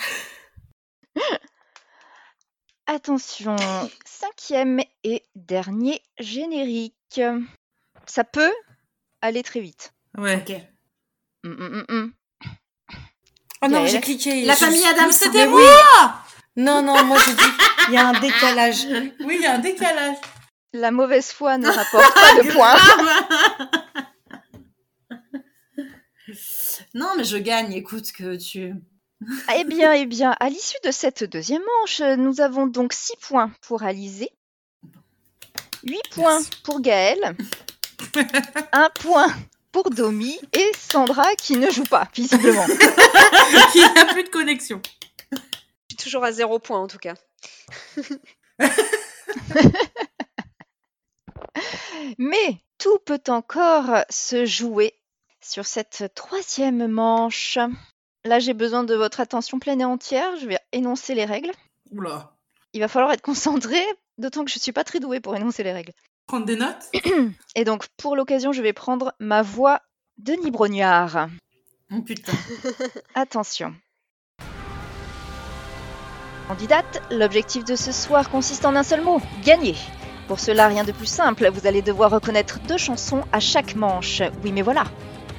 [SPEAKER 1] Attention, cinquième et dernier générique. Ça peut aller très vite.
[SPEAKER 6] Ouais.
[SPEAKER 2] Ok.
[SPEAKER 1] Hum, hum, hum, hum.
[SPEAKER 5] Ah non,
[SPEAKER 1] Gaëlle.
[SPEAKER 5] j'ai cliqué.
[SPEAKER 2] La
[SPEAKER 5] je-
[SPEAKER 2] famille Adams, c'était
[SPEAKER 5] Mais
[SPEAKER 2] vous
[SPEAKER 5] oui. Non, non, moi j'ai dit, il y a un décalage.
[SPEAKER 6] Oui, il y a un décalage.
[SPEAKER 1] La mauvaise foi ne rapporte pas de points.
[SPEAKER 2] Non, mais je gagne, écoute, que tu...
[SPEAKER 1] Eh bien, eh bien, à l'issue de cette deuxième manche, nous avons donc 6 points pour Alizé, 8 points pour Gaël, 1 point pour Domi et Sandra qui ne joue pas, visiblement.
[SPEAKER 6] Qui n'a plus de connexion.
[SPEAKER 4] Je suis toujours à zéro point en tout cas.
[SPEAKER 1] Mais tout peut encore se jouer sur cette troisième manche. Là, j'ai besoin de votre attention pleine et entière. Je vais énoncer les règles.
[SPEAKER 6] Oula.
[SPEAKER 1] Il va falloir être concentré, d'autant que je ne suis pas très douée pour énoncer les règles.
[SPEAKER 6] Prendre des notes
[SPEAKER 1] Et donc, pour l'occasion, je vais prendre ma voix Denis Brognard.
[SPEAKER 2] Oh putain.
[SPEAKER 1] Attention. Candidate, l'objectif de ce soir consiste en un seul mot, gagner. Pour cela, rien de plus simple, vous allez devoir reconnaître deux chansons à chaque manche. Oui, mais voilà.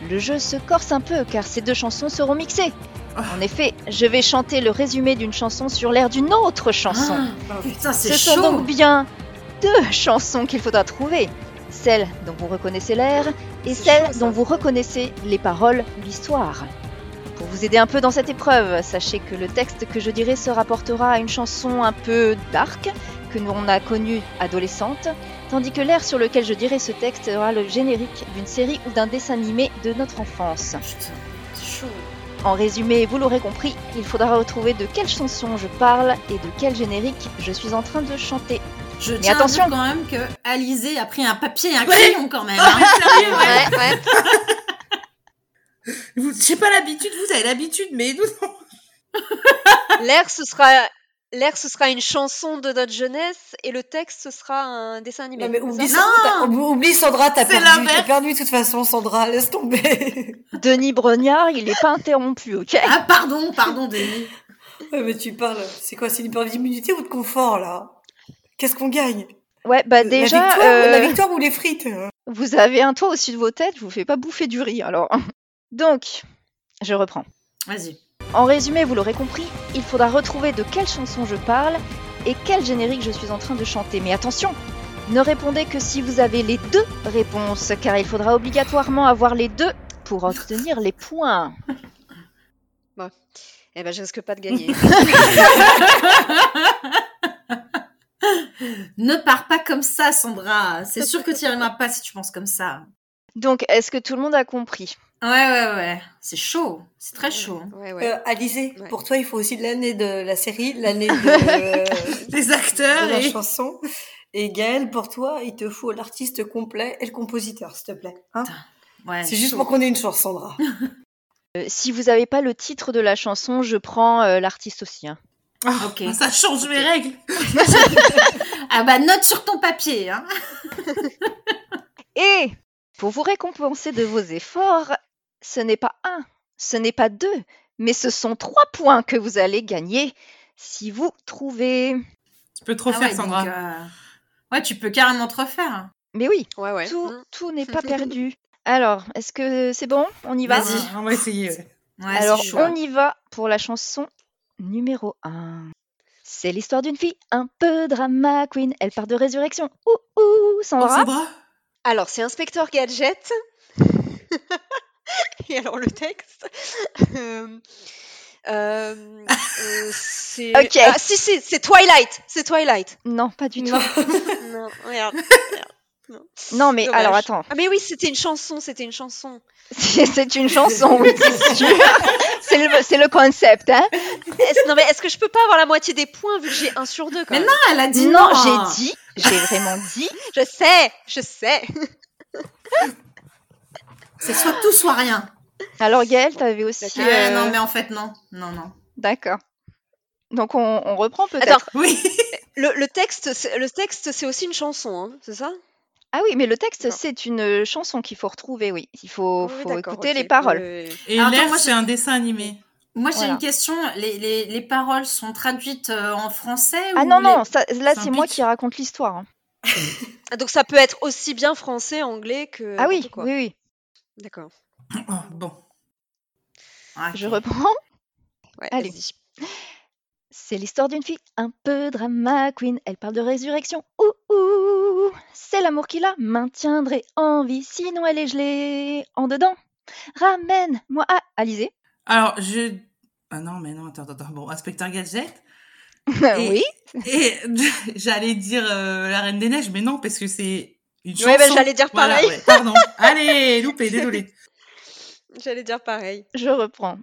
[SPEAKER 1] Le jeu se corse un peu car ces deux chansons seront mixées. En effet, je vais chanter le résumé d'une chanson sur l'air d'une autre chanson.
[SPEAKER 2] Ah, putain,
[SPEAKER 1] Ce
[SPEAKER 2] c'est
[SPEAKER 1] sont
[SPEAKER 2] chaud.
[SPEAKER 1] donc bien deux chansons qu'il faudra trouver. Celle dont vous reconnaissez l'air et
[SPEAKER 4] C'est
[SPEAKER 1] celle
[SPEAKER 4] chaud, ça.
[SPEAKER 1] dont vous reconnaissez les paroles ou l'histoire. Pour vous aider un peu dans cette épreuve, sachez que le texte que je dirai se rapportera à une chanson un peu dark que nous on a connue adolescente, tandis que l'air sur lequel je dirai ce texte sera le générique d'une série ou d'un dessin animé de notre enfance.
[SPEAKER 2] Putain, c'est chaud.
[SPEAKER 1] En résumé, vous l'aurez compris, il faudra retrouver de quelle chanson je parle et de quel générique je suis en train de chanter.
[SPEAKER 2] Je
[SPEAKER 1] Mais
[SPEAKER 2] tiens
[SPEAKER 1] attention.
[SPEAKER 2] à dire quand même que Alizé a pris un papier et un crayon quand même. hein.
[SPEAKER 4] Ouais, ouais.
[SPEAKER 6] Vous- J'ai pas l'habitude, vous avez l'habitude, mais nous, non.
[SPEAKER 4] L'air ce sera l'air ce sera une chanson de notre jeunesse et le texte ce sera un dessin animé.
[SPEAKER 5] Non, mais oublie,
[SPEAKER 4] C'est
[SPEAKER 5] Sandra, t'as- oublie- oublie Sandra, t'as
[SPEAKER 6] C'est
[SPEAKER 5] perdu.
[SPEAKER 6] l'inverse.
[SPEAKER 5] T'as perdu de toute façon, Sandra, laisse tomber.
[SPEAKER 1] Denis Brognard, il n'est pas interrompu, ok
[SPEAKER 2] Ah pardon, pardon Denis.
[SPEAKER 5] Ouais, mais tu parles, c'est quoi, c'est l'hypervimmunité ou de confort, là Qu'est-ce qu'on gagne
[SPEAKER 1] Ouais, bah
[SPEAKER 5] La
[SPEAKER 1] déjà,
[SPEAKER 5] victoire, la
[SPEAKER 1] euh,
[SPEAKER 5] victoire ou les frites hein
[SPEAKER 1] vous avez un toit au-dessus de vos têtes, je vous fais pas bouffer du riz, alors. Donc, je reprends.
[SPEAKER 2] Vas-y.
[SPEAKER 1] En résumé, vous l'aurez compris, il faudra retrouver de quelle chanson je parle et quel générique je suis en train de chanter. Mais attention, ne répondez que si vous avez les deux réponses, car il faudra obligatoirement avoir les deux pour obtenir les points.
[SPEAKER 4] Eh ben je risque pas de gagner.
[SPEAKER 2] Ne pars pas comme ça Sandra. C'est sûr que tu y arriveras pas si tu penses comme ça.
[SPEAKER 1] Donc, est-ce que tout le monde a compris
[SPEAKER 2] Ouais ouais ouais. C'est chaud. C'est très chaud.
[SPEAKER 4] Ouais, ouais.
[SPEAKER 5] Euh, Alizé,
[SPEAKER 4] Ouais.
[SPEAKER 5] pour toi, il faut aussi l'année de la série, l'année de,
[SPEAKER 6] les
[SPEAKER 5] de
[SPEAKER 6] acteurs
[SPEAKER 5] la
[SPEAKER 6] et.
[SPEAKER 5] chanson. Et Gaël, pour toi, il te faut l'artiste complet et le compositeur, s'il te plaît. hein
[SPEAKER 2] Ouais.
[SPEAKER 5] c'est juste
[SPEAKER 2] chaud.
[SPEAKER 5] pour qu'on ait une chance, Sandra.
[SPEAKER 1] Euh, Si vous n'avez pas le titre de la chanson, je prends euh, l'artiste aussi. hein.
[SPEAKER 6] Ah,
[SPEAKER 2] Ok.
[SPEAKER 6] Ça change mes règles.
[SPEAKER 2] Ah bah note sur ton papier. Hein.
[SPEAKER 1] Et pour vous récompenser de vos efforts, ce n'est pas un, ce n'est pas deux, mais ce sont trois points que vous allez gagner si vous trouvez.
[SPEAKER 6] Tu peux trop
[SPEAKER 2] Ah
[SPEAKER 6] faire,
[SPEAKER 2] ouais,
[SPEAKER 6] Sandra.
[SPEAKER 2] donc, euh, Ouais, tu peux carrément te refaire.
[SPEAKER 1] Mais oui,
[SPEAKER 4] Ouais, ouais.
[SPEAKER 1] tout,
[SPEAKER 4] Mm.
[SPEAKER 1] tout n'est pas perdu. Alors, est-ce que c'est bon On y va
[SPEAKER 6] Vas-y, on va essayer. ouais.
[SPEAKER 2] Ouais,
[SPEAKER 1] Alors,
[SPEAKER 2] c'est chaud.
[SPEAKER 1] on y va pour la chanson numéro 1. C'est l'histoire d'une fille un peu drama queen. Elle part de résurrection. Ouh, ouh, sans
[SPEAKER 6] Oh,
[SPEAKER 1] bras.
[SPEAKER 6] Sandra
[SPEAKER 4] Alors, c'est Inspecteur Gadget. Et alors, le texte. euh, euh, euh, c'est.
[SPEAKER 1] Ok.
[SPEAKER 4] Ah, si, si, c'est Twilight. C'est Twilight.
[SPEAKER 1] Non, pas du tout.
[SPEAKER 4] Non. non, regarde.
[SPEAKER 1] Non, mais
[SPEAKER 4] Dommage.
[SPEAKER 1] alors attends.
[SPEAKER 4] Ah, mais oui, c'était une chanson. C'était une chanson.
[SPEAKER 1] C'est c'est une chanson, oui, c'est sûr. C'est le, c'est le concept, hein.
[SPEAKER 4] Est-ce- non, mais est-ce que je peux pas avoir la moitié des points vu que j'ai un sur deux quand
[SPEAKER 2] Mais
[SPEAKER 4] même
[SPEAKER 2] Ah, elle a dit
[SPEAKER 1] non,
[SPEAKER 2] non.
[SPEAKER 1] j'ai dit, j'ai vraiment dit.
[SPEAKER 4] Je sais, je sais.
[SPEAKER 2] C'est soit tout, soit rien.
[SPEAKER 1] Alors Gaël, t'avais aussi.
[SPEAKER 4] Puis,
[SPEAKER 1] euh,
[SPEAKER 2] Ah, Non, mais en fait, non. Non, non.
[SPEAKER 1] D'accord. Donc on, on reprend
[SPEAKER 4] Attends.
[SPEAKER 1] peut-être.
[SPEAKER 6] Oui
[SPEAKER 4] Le, le texte, c'est- le texte, c'est aussi une chanson, hein, c'est ça
[SPEAKER 1] Ah oui, mais le texte,
[SPEAKER 4] Non.
[SPEAKER 1] c'est une chanson qu'il faut retrouver, oui. Il faut,
[SPEAKER 4] Oui,
[SPEAKER 1] Oh, faut
[SPEAKER 4] d'accord,
[SPEAKER 1] écouter
[SPEAKER 4] ok. Euh,
[SPEAKER 1] les paroles.
[SPEAKER 4] Oui, oui,
[SPEAKER 6] Et
[SPEAKER 2] Alors, Ah, attends,
[SPEAKER 6] l'air,
[SPEAKER 2] moi,
[SPEAKER 6] c'est un dessin animé.
[SPEAKER 2] Moi, j'ai
[SPEAKER 1] Voilà.
[SPEAKER 2] une question. Les, les, les paroles sont traduites euh, en français
[SPEAKER 1] Ah
[SPEAKER 2] ou
[SPEAKER 1] non,
[SPEAKER 2] les-
[SPEAKER 1] non, ça- là
[SPEAKER 6] c'est un
[SPEAKER 1] c'est moi
[SPEAKER 6] pitch.
[SPEAKER 1] qui raconte l'histoire. hein.
[SPEAKER 4] oui. Ah, Donc ça peut être aussi bien français, anglais que.
[SPEAKER 1] Ah oui,
[SPEAKER 4] Euh, n'importe quoi.
[SPEAKER 1] oui, oui.
[SPEAKER 4] D'accord.
[SPEAKER 6] Oh, bon.
[SPEAKER 2] Ouais.
[SPEAKER 1] Je reprends.
[SPEAKER 4] Ouais,
[SPEAKER 1] Allez.
[SPEAKER 4] vas-y.
[SPEAKER 1] C'est l'histoire d'une fille un peu drama queen. Elle parle de résurrection. Ouh, ouh. C'est l'amour qui la maintiendrait en vie. Sinon, elle est gelée en dedans. Ramène-moi à Alizé.
[SPEAKER 6] Alors, je... Ah non, mais non, attends, attends, attends. Bon, Inspecteur Gadget. Et-
[SPEAKER 1] Bah oui.
[SPEAKER 6] Et j'allais dire euh, La Reine des Neiges, mais non, parce que c'est une chanson.
[SPEAKER 4] Ouais, ben, j'allais dire
[SPEAKER 6] Voilà,
[SPEAKER 4] pareil.
[SPEAKER 6] ouais, pardon. Allez, loupé, désolé.
[SPEAKER 4] J'allais dire pareil.
[SPEAKER 1] Je reprends.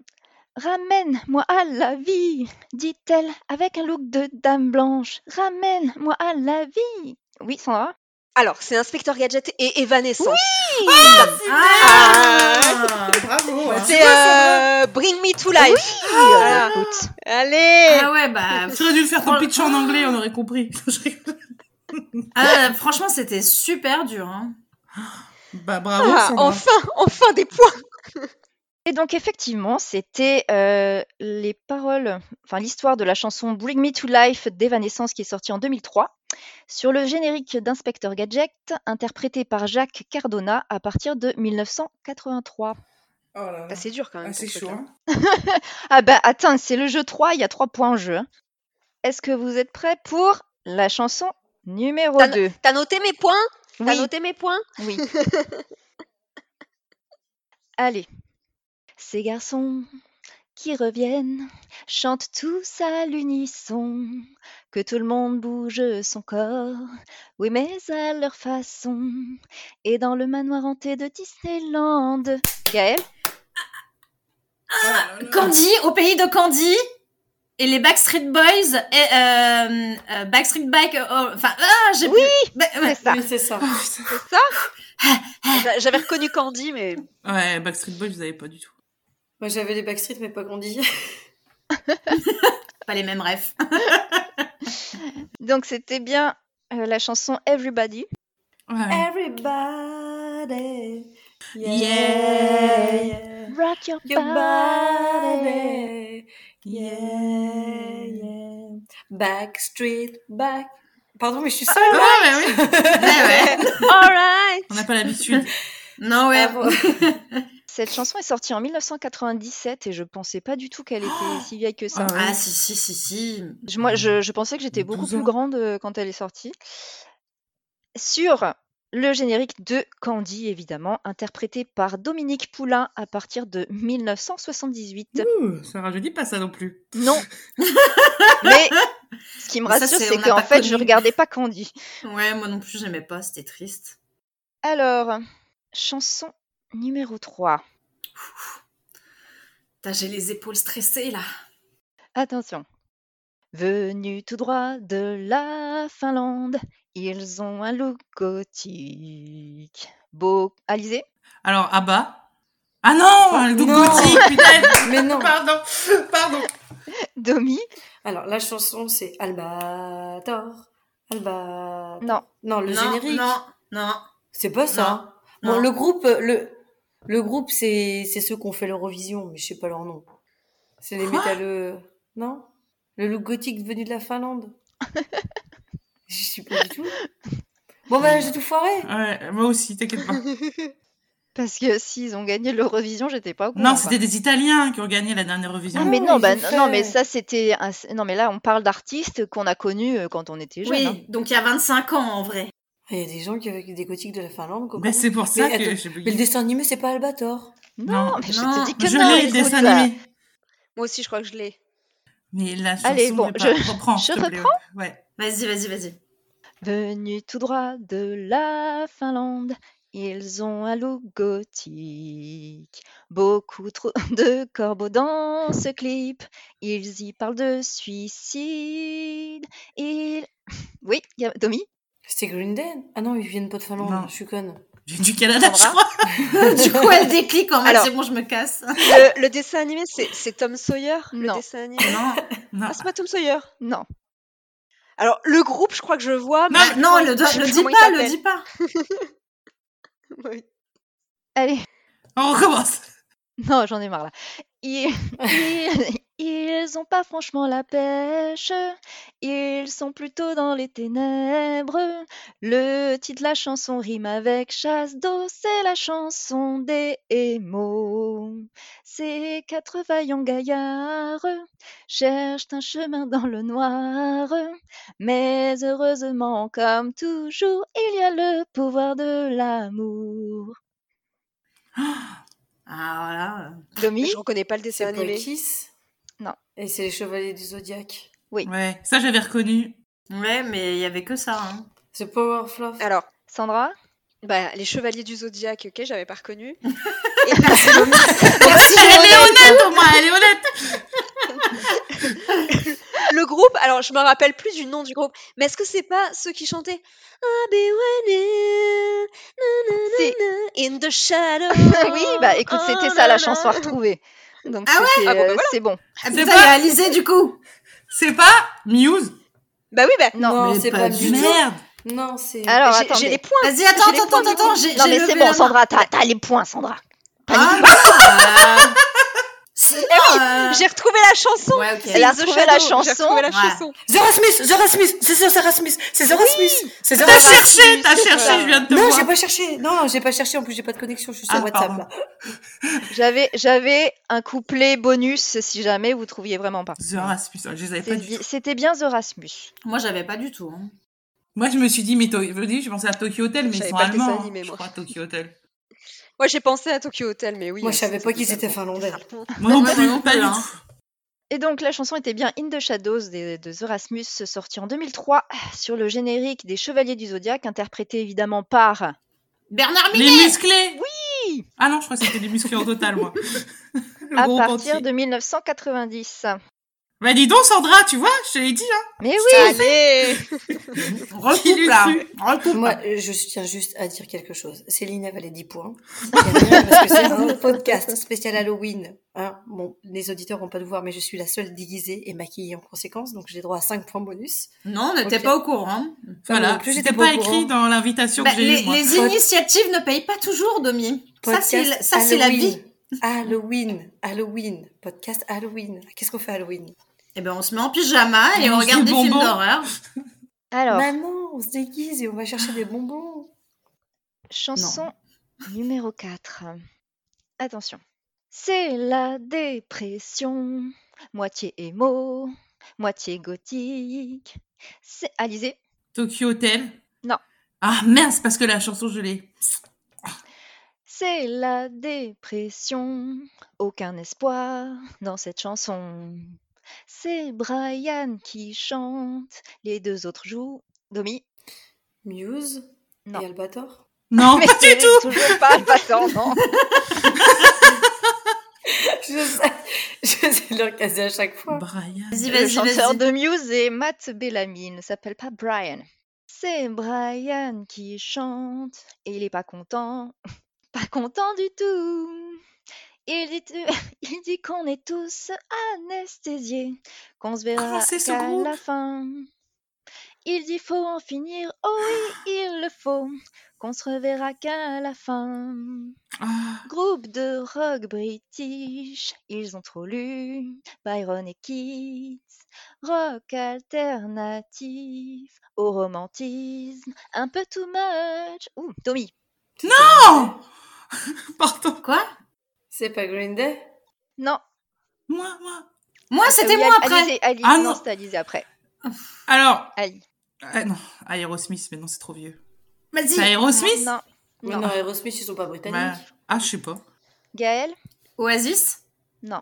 [SPEAKER 1] Ramène-moi à la vie, dit-elle avec un look de dame blanche. Ramène-moi à la vie. Oui, Sandra
[SPEAKER 4] Alors, c'est Inspecteur Gadget et Evanescence.
[SPEAKER 2] Ah,
[SPEAKER 6] Bravo. hein.
[SPEAKER 4] c'est euh, Bring Me to Life. Voilà.
[SPEAKER 1] Ah, Écoute,
[SPEAKER 4] Allez.
[SPEAKER 2] Ah ouais, bah.
[SPEAKER 6] Tu aurais dû le faire ton
[SPEAKER 2] Oh.
[SPEAKER 6] pitch en anglais, on aurait compris. Je rigole.
[SPEAKER 2] ah, franchement, c'était super dur. hein.
[SPEAKER 6] bah, bravo,
[SPEAKER 4] Ah,
[SPEAKER 6] Sandra.
[SPEAKER 4] enfin, enfin des points.
[SPEAKER 1] Et donc effectivement, c'était euh, les paroles, enfin l'histoire de la chanson Bring Me to Life d'Evanescence qui est sortie en 2003 sur le générique d'Inspecteur Gadget interprété par Jacques Cardona à partir de 1983.
[SPEAKER 6] Oh là là.
[SPEAKER 4] Ah, c'est dur quand même.
[SPEAKER 6] Ah, c'est
[SPEAKER 4] ton truc,
[SPEAKER 6] chaud.
[SPEAKER 4] hein.
[SPEAKER 6] hein.
[SPEAKER 1] Ah bah attends, c'est le jeu 3, il y a 3 points en jeu. hein. Est-ce que vous êtes prêts pour la chanson numéro
[SPEAKER 4] T'as-
[SPEAKER 1] 2
[SPEAKER 4] T'as noté mes points T'as
[SPEAKER 1] Oui,
[SPEAKER 4] noté mes points
[SPEAKER 1] oui. Allez. Ces garçons qui reviennent chantent tous à l'unisson, que tout le monde bouge son corps, oui mais à leur façon, et dans le manoir hanté de Disneyland. Gaël
[SPEAKER 6] Oh là là.
[SPEAKER 2] Candy, au pays de Candy. Et les Backstreet Boys. Et, euh, euh, Backstreet Bike. euh, oh, Enfin, ah, j'ai
[SPEAKER 1] Oui,
[SPEAKER 2] plus- Bah, ouais.
[SPEAKER 1] C'est ça.
[SPEAKER 3] Oui, c'est ça.
[SPEAKER 6] Oh, putain.
[SPEAKER 4] J'a- Eh ben, J'avais reconnu Candy, mais
[SPEAKER 6] ouais, Backstreet Boys, vous n'avez pas du tout.
[SPEAKER 3] Moi, j'avais les Backstreet, mais pas grandi.
[SPEAKER 2] pas les mêmes rêves.
[SPEAKER 1] Donc c'était bien euh, la chanson Everybody.
[SPEAKER 5] Eh
[SPEAKER 6] Ouais, Ah, ouais.
[SPEAKER 3] Everybody.
[SPEAKER 6] Yeah.
[SPEAKER 3] yeah.
[SPEAKER 1] Rock your
[SPEAKER 3] Your
[SPEAKER 1] body.
[SPEAKER 3] body. Yeah, yeah. Backstreet, back. Pardon, mais je suis seule.
[SPEAKER 6] Ah, ouais, ouais, ouais.
[SPEAKER 2] Ouais, ouais.
[SPEAKER 4] alright.
[SPEAKER 6] On n'a pas l'habitude.
[SPEAKER 2] Non, ouais.
[SPEAKER 3] Ah bon.
[SPEAKER 1] Cette chanson est sortie en 1997 et je pensais pas du tout qu'elle était si vieille que ça.
[SPEAKER 6] Ah ouais.
[SPEAKER 2] Ah, si, si, si, si.
[SPEAKER 1] Je- Moi,
[SPEAKER 2] Mmh.
[SPEAKER 1] je, je pensais que j'étais
[SPEAKER 6] 12
[SPEAKER 1] beaucoup plus
[SPEAKER 6] ans.
[SPEAKER 1] grande euh, quand elle est sortie. Sur le générique de Candy, évidemment, interprété par Dominique Poulain à partir de 1978.
[SPEAKER 6] Ouh, ça rajeunit pas ça non plus.
[SPEAKER 1] Non. Mais ce qui me
[SPEAKER 2] Mais ça,
[SPEAKER 1] rassure,
[SPEAKER 2] c'est-
[SPEAKER 1] c'est
[SPEAKER 2] on n'a
[SPEAKER 1] qu'en
[SPEAKER 2] pas
[SPEAKER 1] fait, je
[SPEAKER 2] connu.
[SPEAKER 1] regardais pas Candy.
[SPEAKER 2] Ouais, moi non plus, j'aimais pas, c'était triste.
[SPEAKER 1] Alors, chanson numéro 3.
[SPEAKER 2] Putain, J'ai les épaules stressées là.
[SPEAKER 1] Attention. Venus tout droit de la Finlande, ils ont un look gothique. Beau. Alizé
[SPEAKER 6] Alors, Abba. Ah non, le double
[SPEAKER 3] Non.
[SPEAKER 6] gothique, putain.
[SPEAKER 3] mais non.
[SPEAKER 6] Pardon, pardon.
[SPEAKER 1] Domi
[SPEAKER 3] Alors, la chanson, c'est Albator. Albator.
[SPEAKER 1] Non.
[SPEAKER 3] Non, le
[SPEAKER 2] non,
[SPEAKER 3] générique.
[SPEAKER 2] Non, non.
[SPEAKER 3] C'est pas ça.
[SPEAKER 2] Non,
[SPEAKER 3] Bon,
[SPEAKER 2] non.
[SPEAKER 3] le groupe, le, le groupe, c'est, c'est ceux qui ont fait l'Eurovision, mais je sais pas leur nom. C'est les
[SPEAKER 6] Quoi
[SPEAKER 3] métalleux. Non? Le look gothique venu de la Finlande. je sais pas du tout. Bon, bah, j'ai tout foiré.
[SPEAKER 6] Ouais, moi aussi, t'inquiète pas.
[SPEAKER 1] Parce que s'ils ont gagné l'Eurovision, j'étais pas au courant.
[SPEAKER 6] Non,
[SPEAKER 1] quoi.
[SPEAKER 6] c'était des Italiens qui ont gagné la dernière
[SPEAKER 1] Ah,
[SPEAKER 6] revision.
[SPEAKER 1] mais
[SPEAKER 5] Non,
[SPEAKER 1] non,
[SPEAKER 5] ils
[SPEAKER 1] bah,
[SPEAKER 5] ont
[SPEAKER 1] non, mais
[SPEAKER 5] fait-
[SPEAKER 1] ça c'était. un- Non, mais là, on parle d'artistes qu'on a connus euh, quand on était jeune.
[SPEAKER 2] Oui,
[SPEAKER 1] hein.
[SPEAKER 2] donc il y a 25 ans en vrai.
[SPEAKER 3] Ah,
[SPEAKER 5] Il y a des gens qui avec des gothiques de la Finlande. quoi,
[SPEAKER 6] Mais
[SPEAKER 5] quand
[SPEAKER 6] c'est pour ça
[SPEAKER 5] Ah, Mais
[SPEAKER 6] que
[SPEAKER 5] attends,
[SPEAKER 6] j'ai
[SPEAKER 5] même. Mais le
[SPEAKER 6] bugué.
[SPEAKER 5] dessin animé, c'est pas Albator.
[SPEAKER 1] Non,
[SPEAKER 6] Non,
[SPEAKER 1] mais je
[SPEAKER 2] non,
[SPEAKER 1] te dis que
[SPEAKER 6] Je
[SPEAKER 1] non.
[SPEAKER 6] l'ai, le
[SPEAKER 1] écoute,
[SPEAKER 6] dessin
[SPEAKER 1] euh,
[SPEAKER 6] animé.
[SPEAKER 4] Moi aussi, je crois que je l'ai.
[SPEAKER 6] Mais la chanson,
[SPEAKER 1] Allez, bon,
[SPEAKER 6] n'est pas-
[SPEAKER 1] je-
[SPEAKER 6] reprends,
[SPEAKER 1] je
[SPEAKER 6] s'il te plaît.
[SPEAKER 1] reprends
[SPEAKER 6] Ouais.
[SPEAKER 2] Vas-y, vas-y, vas-y.
[SPEAKER 1] Venus tout droit de la Finlande, ils ont un look gothique. Beaucoup trop de corbeaux dans ce clip. Ils y parlent de suicide. Ils... Oui, y a- Domi
[SPEAKER 5] C'est Green Day Ah non, ils viennent pas de Finlande,
[SPEAKER 6] Non.
[SPEAKER 5] je suis conne.
[SPEAKER 6] J'ai du Canada, je
[SPEAKER 1] Sandra
[SPEAKER 6] crois.
[SPEAKER 2] du coup, elle déclic en mode
[SPEAKER 4] Alors-
[SPEAKER 2] c'est bon, je me casse.
[SPEAKER 4] Le, le dessin animé, c'est c'est Tom Sawyer Le
[SPEAKER 1] Non.
[SPEAKER 4] dessin animé
[SPEAKER 6] Non, non.
[SPEAKER 4] Ah, c'est pas Tom Sawyer.
[SPEAKER 1] Non.
[SPEAKER 4] Alors, le groupe, je crois que je vois.
[SPEAKER 6] Non,
[SPEAKER 4] mais je sais
[SPEAKER 2] Bah, Non,
[SPEAKER 4] pas-
[SPEAKER 2] le, do-
[SPEAKER 4] je sais
[SPEAKER 2] le
[SPEAKER 4] plus
[SPEAKER 2] dis
[SPEAKER 4] comment il
[SPEAKER 2] pas, le
[SPEAKER 4] s'appelle.
[SPEAKER 2] dis pas.
[SPEAKER 4] Oui.
[SPEAKER 1] Allez,
[SPEAKER 6] On recommence.
[SPEAKER 1] non, j'en ai marre là. Ils... ils- ils ont pas franchement la pêche, ils sont plutôt dans les ténèbres. Le titre de la chanson rime avec chasse d'eau, c'est la chanson des émaux. Ces quatre vaillants gaillards cherchent un chemin dans le noir, mais heureusement, comme toujours, il y a le pouvoir de l'amour.
[SPEAKER 2] Ah,
[SPEAKER 1] Domi,
[SPEAKER 4] Je reconnais pas le dessin
[SPEAKER 5] C'est pas
[SPEAKER 4] animé.
[SPEAKER 5] Kiss
[SPEAKER 1] Non.
[SPEAKER 5] Et c'est les Chevaliers du Zodiac.
[SPEAKER 6] Ouais, ça j'avais reconnu.
[SPEAKER 2] voilà. Ouais, mais il y avait que ça. hein.
[SPEAKER 5] The Power Fluff.
[SPEAKER 4] Alors,
[SPEAKER 1] Sandra,
[SPEAKER 4] bah, les Chevaliers du Zodiac, ok, j'avais pas reconnu.
[SPEAKER 2] Merci,
[SPEAKER 6] Elle est
[SPEAKER 2] Léonard.
[SPEAKER 6] honnête au moins, elle est honnête.
[SPEAKER 4] le groupe, alors je me rappelle plus du nom du groupe, mais est-ce que c'est pas ceux qui chantaient Ah, be when
[SPEAKER 1] c'est
[SPEAKER 4] it- in the shadow
[SPEAKER 2] Oh
[SPEAKER 4] Oh
[SPEAKER 1] oui, bah écoute, c'était ça la chanson à retrouver. Donc
[SPEAKER 2] Ah ouais
[SPEAKER 1] c'était,
[SPEAKER 4] Ah bon, bah
[SPEAKER 1] euh,
[SPEAKER 4] voilà.
[SPEAKER 1] c'est bon.
[SPEAKER 2] Ah,
[SPEAKER 6] C'est
[SPEAKER 2] putain,
[SPEAKER 6] pas-
[SPEAKER 2] il y a Alizé du coup.
[SPEAKER 6] C'est pas Muse
[SPEAKER 4] Bah oui, bah.
[SPEAKER 1] Non,
[SPEAKER 5] Non,
[SPEAKER 2] mais
[SPEAKER 5] c'est
[SPEAKER 2] pas
[SPEAKER 5] pas,
[SPEAKER 2] du
[SPEAKER 5] du tout.
[SPEAKER 6] Merde.
[SPEAKER 5] Non, c'est.
[SPEAKER 1] Alors
[SPEAKER 4] j'ai-
[SPEAKER 1] attendez.
[SPEAKER 4] J'ai les points.
[SPEAKER 2] Vas-y, attends,
[SPEAKER 4] J'ai les
[SPEAKER 2] attends,
[SPEAKER 4] points,
[SPEAKER 2] attends, attends. j'ai-
[SPEAKER 1] Non
[SPEAKER 2] j'ai
[SPEAKER 1] mais
[SPEAKER 2] levé
[SPEAKER 1] c'est
[SPEAKER 2] la
[SPEAKER 1] bon,
[SPEAKER 2] main.
[SPEAKER 1] Sandra, t'as, t'as les points, Sandra.
[SPEAKER 2] Ah,
[SPEAKER 1] Panique
[SPEAKER 2] bah, euh, c'est- non, euh,
[SPEAKER 4] J'ai retrouvé la chanson.
[SPEAKER 2] Ouais, ok.
[SPEAKER 4] C'est
[SPEAKER 1] Elle a
[SPEAKER 4] In the
[SPEAKER 1] retrouvé la
[SPEAKER 4] Shadow, j'ai
[SPEAKER 1] chanson.
[SPEAKER 4] retrouvé la
[SPEAKER 2] Ouais.
[SPEAKER 4] chanson.
[SPEAKER 5] Zora Smith Zora Smith C'est ça, Zora Smith C'est Zora Smith C'est Zora
[SPEAKER 6] T'as
[SPEAKER 5] Smith
[SPEAKER 6] cherché, t'as
[SPEAKER 4] c'est
[SPEAKER 6] cherché,
[SPEAKER 4] ça.
[SPEAKER 6] je viens de te
[SPEAKER 5] Non,
[SPEAKER 6] voir.
[SPEAKER 5] j'ai pas cherché. Non, non, j'ai pas cherché. En plus, j'ai pas de connexion. Je suis sur
[SPEAKER 6] Ah,
[SPEAKER 5] WhatsApp
[SPEAKER 6] pardon.
[SPEAKER 5] là.
[SPEAKER 1] pas. J'avais, j'avais un couplet bonus si jamais vous trouviez vraiment pas.
[SPEAKER 6] The Rasmus, je les avais
[SPEAKER 1] C'est
[SPEAKER 6] pas du
[SPEAKER 1] bi-
[SPEAKER 6] tout.
[SPEAKER 1] C'était bien The Rasmus.
[SPEAKER 2] Moi, j'avais pas du tout. hein.
[SPEAKER 6] Moi, je me suis dit, mais to... je vous dis, je pensais à Tokyo Hotel, mais ils
[SPEAKER 4] J'avais
[SPEAKER 6] sont
[SPEAKER 4] pas le dessin
[SPEAKER 6] allemands.
[SPEAKER 4] animé,
[SPEAKER 6] je
[SPEAKER 4] moi.
[SPEAKER 6] crois, Tokyo Hotel.
[SPEAKER 4] Moi, j'ai pensé à Tokyo Hotel, mais oui. hein,
[SPEAKER 5] Moi, je savais
[SPEAKER 4] c'est
[SPEAKER 5] pas qu'ils
[SPEAKER 4] des
[SPEAKER 5] étaient
[SPEAKER 4] Allemands.
[SPEAKER 5] finlandais.
[SPEAKER 6] Moi non
[SPEAKER 2] Ouais,
[SPEAKER 6] plus,
[SPEAKER 2] moi non
[SPEAKER 6] pas
[SPEAKER 2] plus,
[SPEAKER 6] du
[SPEAKER 2] hein.
[SPEAKER 6] tout.
[SPEAKER 1] Et donc la chanson était bien In the Shadows des- de, The Rasmus, sortie en 2003 sur le générique des Chevaliers du Zodiaque, interprété évidemment par.
[SPEAKER 2] Bernard
[SPEAKER 6] Les
[SPEAKER 2] Minet
[SPEAKER 6] musclés
[SPEAKER 1] Oui
[SPEAKER 6] Ah non, je crois que c'était les musclés en total, moi. Le
[SPEAKER 1] à
[SPEAKER 6] groupe
[SPEAKER 1] partir
[SPEAKER 6] entier.
[SPEAKER 1] de 1990.
[SPEAKER 6] Bah dis donc, Sandra, tu vois, je te l'ai dit, hein.
[SPEAKER 1] Mais oui,
[SPEAKER 4] Allez
[SPEAKER 6] Qui
[SPEAKER 2] Recoupe
[SPEAKER 6] l'eût
[SPEAKER 2] là.
[SPEAKER 6] cru
[SPEAKER 2] Recoupe.
[SPEAKER 5] Moi, euh, je tiens juste à dire quelque chose. Céline, elle valait 10 points. Il y a rien, parce que c'est un podcast spécial Halloween. Hein. Bon, les auditeurs vont pas le voir, mais je suis la seule déguisée et maquillée en conséquence, donc j'ai droit à 5 points bonus.
[SPEAKER 2] Non, on n'était
[SPEAKER 5] Ok.
[SPEAKER 2] pas au courant. hein.
[SPEAKER 5] mais
[SPEAKER 6] Voilà,
[SPEAKER 5] en plus,
[SPEAKER 6] c'était
[SPEAKER 5] j'étais pas
[SPEAKER 6] pas
[SPEAKER 5] au courant.
[SPEAKER 6] écrit dans l'invitation
[SPEAKER 2] Bah,
[SPEAKER 6] que j'ai
[SPEAKER 2] les,
[SPEAKER 6] eue, moi.
[SPEAKER 2] les
[SPEAKER 5] Pod-
[SPEAKER 2] initiatives ne payent pas toujours, Domi. Ça,
[SPEAKER 5] Podcast
[SPEAKER 2] c'est la- ça, c'est la vie.
[SPEAKER 5] Halloween, Halloween, podcast Halloween. Qu'est-ce qu'on fait Halloween
[SPEAKER 2] Eh ben, on se met en pyjama et
[SPEAKER 6] On
[SPEAKER 2] on
[SPEAKER 6] mange des
[SPEAKER 2] regarde des films
[SPEAKER 6] bonbons.
[SPEAKER 2] d'horreur.
[SPEAKER 1] alors.
[SPEAKER 5] Maman, on se déguise et on va chercher des bonbons.
[SPEAKER 1] Chanson numéro 4. Attention. C'est la dépression, moitié émo, moitié gothique. C'est Alizé.
[SPEAKER 6] Tokyo Hotel
[SPEAKER 1] Non.
[SPEAKER 6] Ah merde, c'est parce que la chanson, je l'ai.
[SPEAKER 1] C'est la dépression, aucun espoir dans cette chanson. C'est Brian qui chante, les deux autres jouent. Domi,
[SPEAKER 5] Muse
[SPEAKER 1] Non.
[SPEAKER 5] et Albator.
[SPEAKER 6] Non,
[SPEAKER 1] mais
[SPEAKER 6] pas du
[SPEAKER 1] c'est
[SPEAKER 6] tout
[SPEAKER 1] toujours pas Albator, non
[SPEAKER 5] Je sais, je sais leur caser à chaque fois.
[SPEAKER 6] Brian.
[SPEAKER 2] Vas-y,
[SPEAKER 1] Le
[SPEAKER 2] vas-y,
[SPEAKER 1] chanteur
[SPEAKER 2] vas-y.
[SPEAKER 1] de Muse est Matt Bellamy, il ne s'appelle pas Brian. C'est Brian qui chante et il est pas content, pas content du tout. Il dit, il dit qu'on est tous anesthésiés, qu'on se verra
[SPEAKER 6] Ah, c'est ce
[SPEAKER 1] qu'à
[SPEAKER 6] groupe
[SPEAKER 1] la fin. Il dit faut en finir, oh
[SPEAKER 6] Ah.
[SPEAKER 1] oui, il le faut, qu'on se reverra qu'à la fin.
[SPEAKER 6] Ah,
[SPEAKER 1] Groupe de rock british, ils ont trop lu Byron et Keats. Rock alternatif au romantisme, un peu too much. Ouh, Tommy,
[SPEAKER 6] Non Pardon.
[SPEAKER 2] Quoi
[SPEAKER 5] C'est pas Green Day
[SPEAKER 1] Non.
[SPEAKER 6] Moi, moi.
[SPEAKER 2] Moi, c'était
[SPEAKER 1] Oui,
[SPEAKER 2] moi
[SPEAKER 1] Ali-
[SPEAKER 2] après.
[SPEAKER 1] Ali, c'est Ali.
[SPEAKER 6] Ah
[SPEAKER 1] non,
[SPEAKER 6] non.
[SPEAKER 1] c'était Alizé après.
[SPEAKER 6] Alors,
[SPEAKER 1] Ali.
[SPEAKER 6] ah, non, Aerosmith, mais non, c'est trop vieux. C'est
[SPEAKER 2] Vas-y.
[SPEAKER 6] Aerosmith
[SPEAKER 1] Non.
[SPEAKER 5] Non,
[SPEAKER 1] Non.
[SPEAKER 5] non Aerosmith, ils sont pas britanniques.
[SPEAKER 6] Ouais. Ah, je sais pas.
[SPEAKER 1] Gaël
[SPEAKER 2] Oasis
[SPEAKER 1] Non.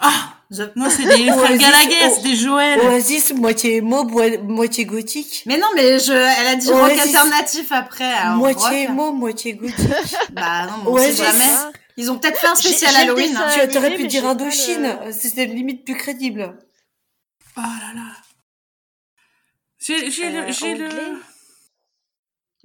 [SPEAKER 6] Ah
[SPEAKER 2] The-
[SPEAKER 6] Non, c'est des frères
[SPEAKER 7] Oasis,
[SPEAKER 6] Gallagher,
[SPEAKER 7] oh.
[SPEAKER 6] c'est des Joël.
[SPEAKER 7] Oasis, moitié emo, boi- moitié gothique.
[SPEAKER 2] Mais non, mais je... elle a dit rock
[SPEAKER 7] Oasis.
[SPEAKER 2] alternatif après. alors Ah, on
[SPEAKER 7] moitié
[SPEAKER 2] refait.
[SPEAKER 7] emo, moitié gothique.
[SPEAKER 2] Bah non, mais on
[SPEAKER 7] Oasis.
[SPEAKER 2] sait jamais. Ils ont peut-être fait un
[SPEAKER 1] J'ai-
[SPEAKER 2] spécial
[SPEAKER 1] j'ai le
[SPEAKER 2] Halloween.
[SPEAKER 1] dessin.
[SPEAKER 2] hein.
[SPEAKER 7] tu aurais
[SPEAKER 1] animé,
[SPEAKER 7] pu
[SPEAKER 1] mais
[SPEAKER 7] dire
[SPEAKER 1] j'ai pas
[SPEAKER 7] Indochine, c'était limite plus crédible.
[SPEAKER 6] Oh là là. J'ai j'ai
[SPEAKER 1] Euh,
[SPEAKER 6] le. J'ai
[SPEAKER 1] anglais.
[SPEAKER 6] le...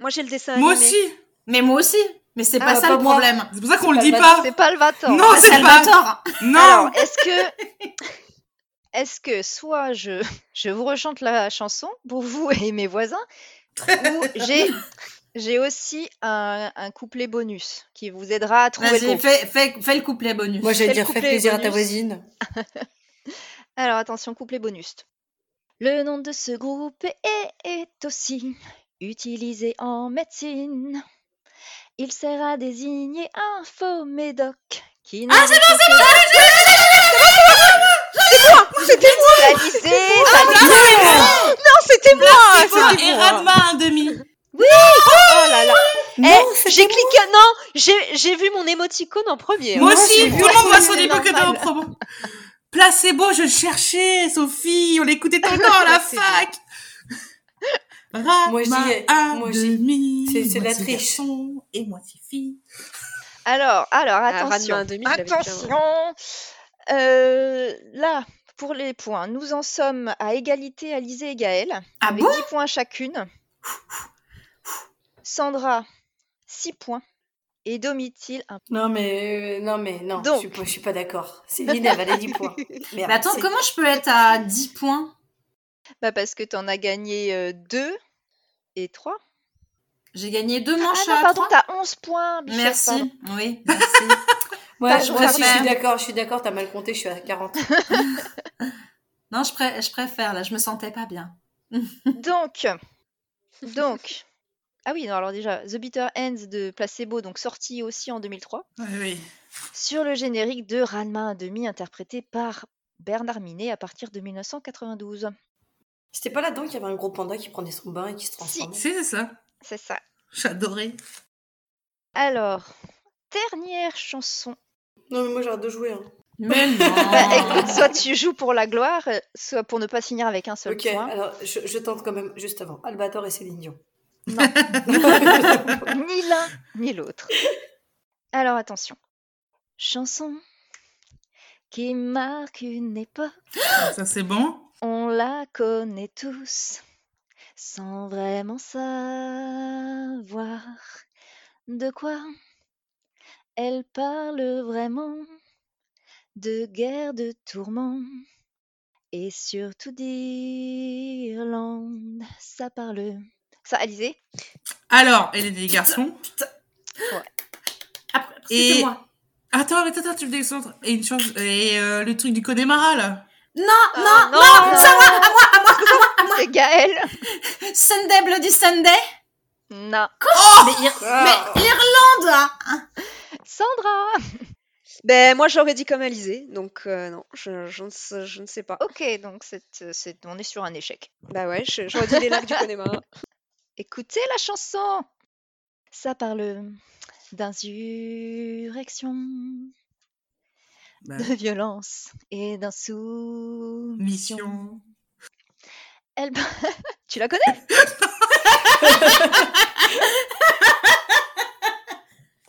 [SPEAKER 1] Moi j'ai le dessin
[SPEAKER 6] Moi
[SPEAKER 1] animé.
[SPEAKER 6] aussi.
[SPEAKER 2] Mais moi aussi. Mais c'est pas
[SPEAKER 7] bah,
[SPEAKER 2] ça
[SPEAKER 7] pas
[SPEAKER 2] le
[SPEAKER 7] moi.
[SPEAKER 2] problème.
[SPEAKER 6] C'est pour ça qu'on le
[SPEAKER 7] pas
[SPEAKER 6] dit
[SPEAKER 7] mal,
[SPEAKER 6] pas.
[SPEAKER 1] C'est pas le Vatan.
[SPEAKER 6] Non,
[SPEAKER 2] Bah,
[SPEAKER 6] c'est pas.
[SPEAKER 2] Salvatore.
[SPEAKER 6] Non.
[SPEAKER 1] Alors, est-ce que. Est-ce que soit je, je vous rechante la chanson pour vous et mes voisins, ou j'ai, j'ai aussi un, un couplet bonus qui vous aidera à trouver le
[SPEAKER 2] Vas-y,
[SPEAKER 1] groupe.
[SPEAKER 2] fais, fais, fais le couplet bonus.
[SPEAKER 7] Moi, j'allais
[SPEAKER 1] Quel
[SPEAKER 7] dire, fais
[SPEAKER 1] couplet
[SPEAKER 7] plaisir à ta
[SPEAKER 1] bonus
[SPEAKER 7] voisine.
[SPEAKER 1] Alors attention, couplet bonus. Le nom de ce groupe est, est aussi utilisé en médecine. Il sert à désigner un faux médoc qui Ah, c'est bon, c'est bon C'était moi C'était moi Non, c'était moi
[SPEAKER 6] Ah,
[SPEAKER 1] c'était
[SPEAKER 6] et
[SPEAKER 1] moi.
[SPEAKER 6] Radma un demi.
[SPEAKER 1] Oh là là Eh,
[SPEAKER 7] Non, c'était
[SPEAKER 1] J'ai cliqué... Non, j'ai- j'ai vu mon émoticône en premier.
[SPEAKER 6] Moi
[SPEAKER 4] hein.
[SPEAKER 7] Moi
[SPEAKER 6] aussi,
[SPEAKER 7] aussi,
[SPEAKER 6] tout
[SPEAKER 7] moi
[SPEAKER 6] le monde va sur
[SPEAKER 1] c'est
[SPEAKER 6] les que en
[SPEAKER 1] normal.
[SPEAKER 6] promo. Placebo, je le cherchais, Sophie, on l'écoutait tout le temps à la
[SPEAKER 1] Placebo.
[SPEAKER 6] fac. Rama,
[SPEAKER 7] Moi, j'y ai-
[SPEAKER 6] un
[SPEAKER 7] moi, j'y-
[SPEAKER 6] demi.
[SPEAKER 7] c'est- c'est de la
[SPEAKER 6] moitié
[SPEAKER 7] triche.
[SPEAKER 6] garçon Et moitié fille.
[SPEAKER 1] Alors, alors, Ah, attention. Ranma, un demi, je l'avais déjà, ouais.
[SPEAKER 8] Attention
[SPEAKER 1] Euh, là, pour les points, nous en sommes à égalité Alizé et Gaël,
[SPEAKER 2] Ah
[SPEAKER 1] avec
[SPEAKER 2] bon
[SPEAKER 1] 10 points chacune. Sandra, 6 points. Et Domitil, un
[SPEAKER 5] Non, mais, euh, non, mais non,
[SPEAKER 1] Donc.
[SPEAKER 5] je, suis pas- je suis pas d'accord. Céline, elle valait 10 points. Merde,
[SPEAKER 2] Mais Bah, attends,
[SPEAKER 5] c'est-
[SPEAKER 2] comment je peux être à 10 points
[SPEAKER 1] bah parce que t'en as
[SPEAKER 4] euh,
[SPEAKER 1] gagné 2 et 3.
[SPEAKER 2] J'ai gagné deux
[SPEAKER 1] Ah
[SPEAKER 2] manches
[SPEAKER 1] non,
[SPEAKER 2] à
[SPEAKER 1] pardon,
[SPEAKER 2] trois.
[SPEAKER 1] t'as 11 points. Bichette, pardon.
[SPEAKER 2] Merci. Oui, merci.
[SPEAKER 5] Ouais,
[SPEAKER 1] Pas
[SPEAKER 5] je-
[SPEAKER 1] de
[SPEAKER 5] moi aussi, je suis
[SPEAKER 2] problème.
[SPEAKER 5] d'accord, je suis d'accord, t'as mal compté, je suis à 40.
[SPEAKER 2] non, je, pré- je préfère, là, je me sentais pas bien.
[SPEAKER 1] Donc, donc. Ah oui, non, alors déjà, The Bitter Ends de Placebo, donc sorti aussi en 2003,
[SPEAKER 6] Oui, oui.
[SPEAKER 1] sur le générique de Ranma 1,5, interprété par Bernard Minet à partir de 1992.
[SPEAKER 5] C'était pas là-dedans qu'il y avait un gros panda qui prenait son bain et qui se transformait.
[SPEAKER 6] Si, c'est ça.
[SPEAKER 1] C'est ça.
[SPEAKER 6] J'adorais.
[SPEAKER 1] Alors, dernière chanson.
[SPEAKER 5] Non, mais moi, j'arrête de jouer. hein.
[SPEAKER 2] Mais non.
[SPEAKER 1] Bah, écoute, soit tu joues pour la gloire, euh, soit pour ne pas finir avec un seul
[SPEAKER 5] Ok,
[SPEAKER 1] point.
[SPEAKER 5] alors je, je tente quand même juste avant. Albator et Céline Dion.
[SPEAKER 1] Ni l'un, ni l'autre. Alors, attention. Chanson qui marque une époque,
[SPEAKER 6] Ça, c'est bon.
[SPEAKER 1] on la connaît tous, sans vraiment savoir de quoi elle parle vraiment, de guerre, de tourments. Et surtout d'Irlande, ça parle. Ça, Alizé
[SPEAKER 6] Alors, elle est des garçons.
[SPEAKER 2] Après, après,
[SPEAKER 6] Et-
[SPEAKER 2] c'était moi.
[SPEAKER 6] Attends, mais attends, attends, tu me descends. Et une chose. Et euh, le truc du Connemara, là.
[SPEAKER 2] Non,
[SPEAKER 1] Ah,
[SPEAKER 2] non,
[SPEAKER 1] non,
[SPEAKER 2] non,
[SPEAKER 1] non.
[SPEAKER 2] ça va, à moi, à moi, à moi.
[SPEAKER 1] C'est Gaël
[SPEAKER 2] Sunday, Bloody Sunday.
[SPEAKER 1] Non.
[SPEAKER 2] mais, Ir-
[SPEAKER 5] Ah.
[SPEAKER 2] mais Irlande hein.
[SPEAKER 1] Sandra
[SPEAKER 4] Ben moi j'aurais dit comme Alizé, donc euh, non, je, je, ne sais, je ne sais pas.
[SPEAKER 1] Ok, donc c'est- c'est- on est sur un échec.
[SPEAKER 4] Bah ouais, je- j'aurais dit les lacs du Connemara.
[SPEAKER 1] Écoutez la chanson Ça parle mmh, d'insurrection,
[SPEAKER 6] Bah,
[SPEAKER 1] de violence et d'insoumission.
[SPEAKER 6] mission.
[SPEAKER 1] Elle... tu la connais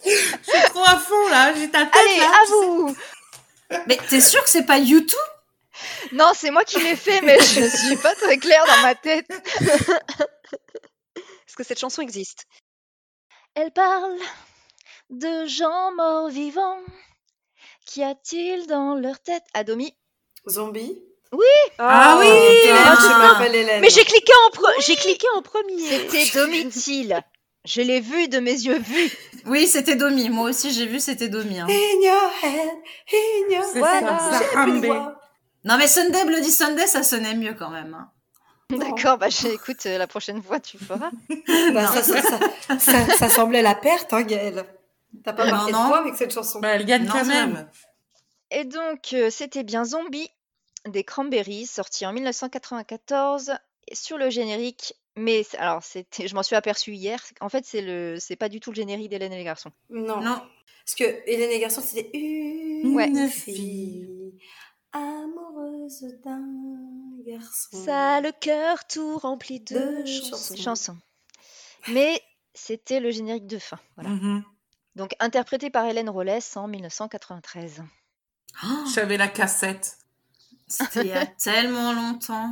[SPEAKER 6] C'est trop à fond, là. J'ai ta tête,
[SPEAKER 1] Allez,
[SPEAKER 6] là.
[SPEAKER 1] à vous
[SPEAKER 2] Mais t'es sûr que c'est pas YouTube
[SPEAKER 1] Non, c'est moi qui l'ai fait, mais je suis pas très claire dans ma tête.
[SPEAKER 4] Est-ce que cette chanson existe
[SPEAKER 1] Elle parle de gens morts vivants. Qu'y a-t-il dans leur tête, Adomi
[SPEAKER 5] Zombie
[SPEAKER 6] Ah oui
[SPEAKER 5] Putain,
[SPEAKER 2] Ah.
[SPEAKER 5] je m'appelle Hélène.
[SPEAKER 1] Mais j'ai cliqué en pre- j'ai cliqué en
[SPEAKER 4] Premier
[SPEAKER 1] C'était Domitil. Je l'ai vu de mes yeux vus.
[SPEAKER 2] Oui, c'était Domi. Moi aussi, j'ai vu, c'était Domi. hein.
[SPEAKER 5] In your head, in your
[SPEAKER 6] C'est
[SPEAKER 1] Voilà.
[SPEAKER 6] ça, ça
[SPEAKER 5] J'ai plus de
[SPEAKER 6] rambait.
[SPEAKER 5] voix.
[SPEAKER 2] Non, mais Sunday, Bloody Sunday, ça sonnait mieux quand même. hein.
[SPEAKER 1] D'accord, bah je- écoute, euh, la prochaine fois tu feras.
[SPEAKER 7] Bah, ça, ça, ça- ça- ça semblait la perte, hein, Gaëlle.
[SPEAKER 9] T'as pas
[SPEAKER 2] Ah,
[SPEAKER 9] marqué de
[SPEAKER 2] non.
[SPEAKER 9] poids avec cette chanson.
[SPEAKER 6] Bah, elle gagne
[SPEAKER 2] Non,
[SPEAKER 6] quand
[SPEAKER 2] c'est
[SPEAKER 6] même.
[SPEAKER 1] Et donc, euh, c'était bien Zombie des Cranberries, sorti en 1994 sur le générique. Mais c'est- alors, c'était, je m'en suis aperçue hier. En fait, c'est le, c'est pas du tout le générique d'Hélène et les garçons.
[SPEAKER 9] Non.
[SPEAKER 2] Non.
[SPEAKER 9] Parce que Hélène et Garçon, c'était une
[SPEAKER 1] Ouais.
[SPEAKER 6] Une
[SPEAKER 9] fille amoureuse d'un garçon.
[SPEAKER 1] Ça a le cœur tout rempli de
[SPEAKER 9] De
[SPEAKER 1] chansons.
[SPEAKER 9] chansons.
[SPEAKER 1] chansons. Mais c'était le générique de fin. Voilà.
[SPEAKER 6] Mhm.
[SPEAKER 1] Donc, interprété par Hélène Rollès en 1993.
[SPEAKER 2] Oh,
[SPEAKER 6] J'avais la cassette.
[SPEAKER 2] C'était il y a tellement longtemps.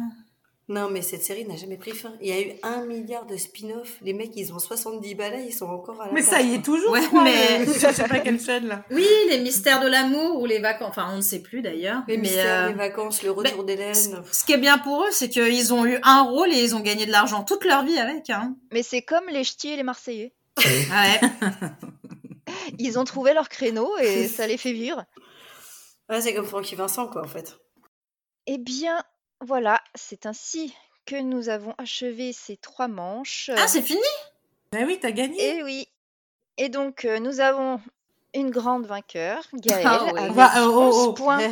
[SPEAKER 9] Non, mais cette série n'a jamais pris fin. Il y a eu un milliard de spin-off. Les mecs, ils ont 70 balais, ils sont encore à la
[SPEAKER 6] Mais
[SPEAKER 9] page,
[SPEAKER 6] ça y est
[SPEAKER 9] quoi.
[SPEAKER 6] toujours,
[SPEAKER 2] Ouais,
[SPEAKER 6] je crois,
[SPEAKER 2] mais-
[SPEAKER 6] le- Je sais pas quelle chaîne, là.
[SPEAKER 2] Oui, les mystères de l'amour ou les vacances. Enfin, on ne sait plus d'ailleurs.
[SPEAKER 9] Les
[SPEAKER 2] mais,
[SPEAKER 9] mystères,
[SPEAKER 2] euh,
[SPEAKER 9] les vacances, le retour
[SPEAKER 2] c-
[SPEAKER 9] d'Hélène.
[SPEAKER 2] ce qui est bien pour eux, c'est qu'ils ont eu un rôle et ils ont gagné de l'argent toute leur vie avec. Hein.
[SPEAKER 1] Mais c'est comme les ch'tis et les Marseillais.
[SPEAKER 2] Ouais.
[SPEAKER 1] Ils ont trouvé leur créneau et ça les fait vivre.
[SPEAKER 9] Ouais, c'est comme Francky Vincent, quoi, en fait.
[SPEAKER 1] Eh bien, voilà, c'est ainsi que nous avons achevé ces trois manches.
[SPEAKER 2] Ah, c'est fini
[SPEAKER 6] Bah oui, t'as gagné.
[SPEAKER 1] Et oui. Et donc, euh, nous avons une grande vainqueur, Gaëlle,
[SPEAKER 2] Ah oui.
[SPEAKER 1] avec
[SPEAKER 6] Bah, oh,
[SPEAKER 1] 11
[SPEAKER 6] oh, oh.
[SPEAKER 1] points.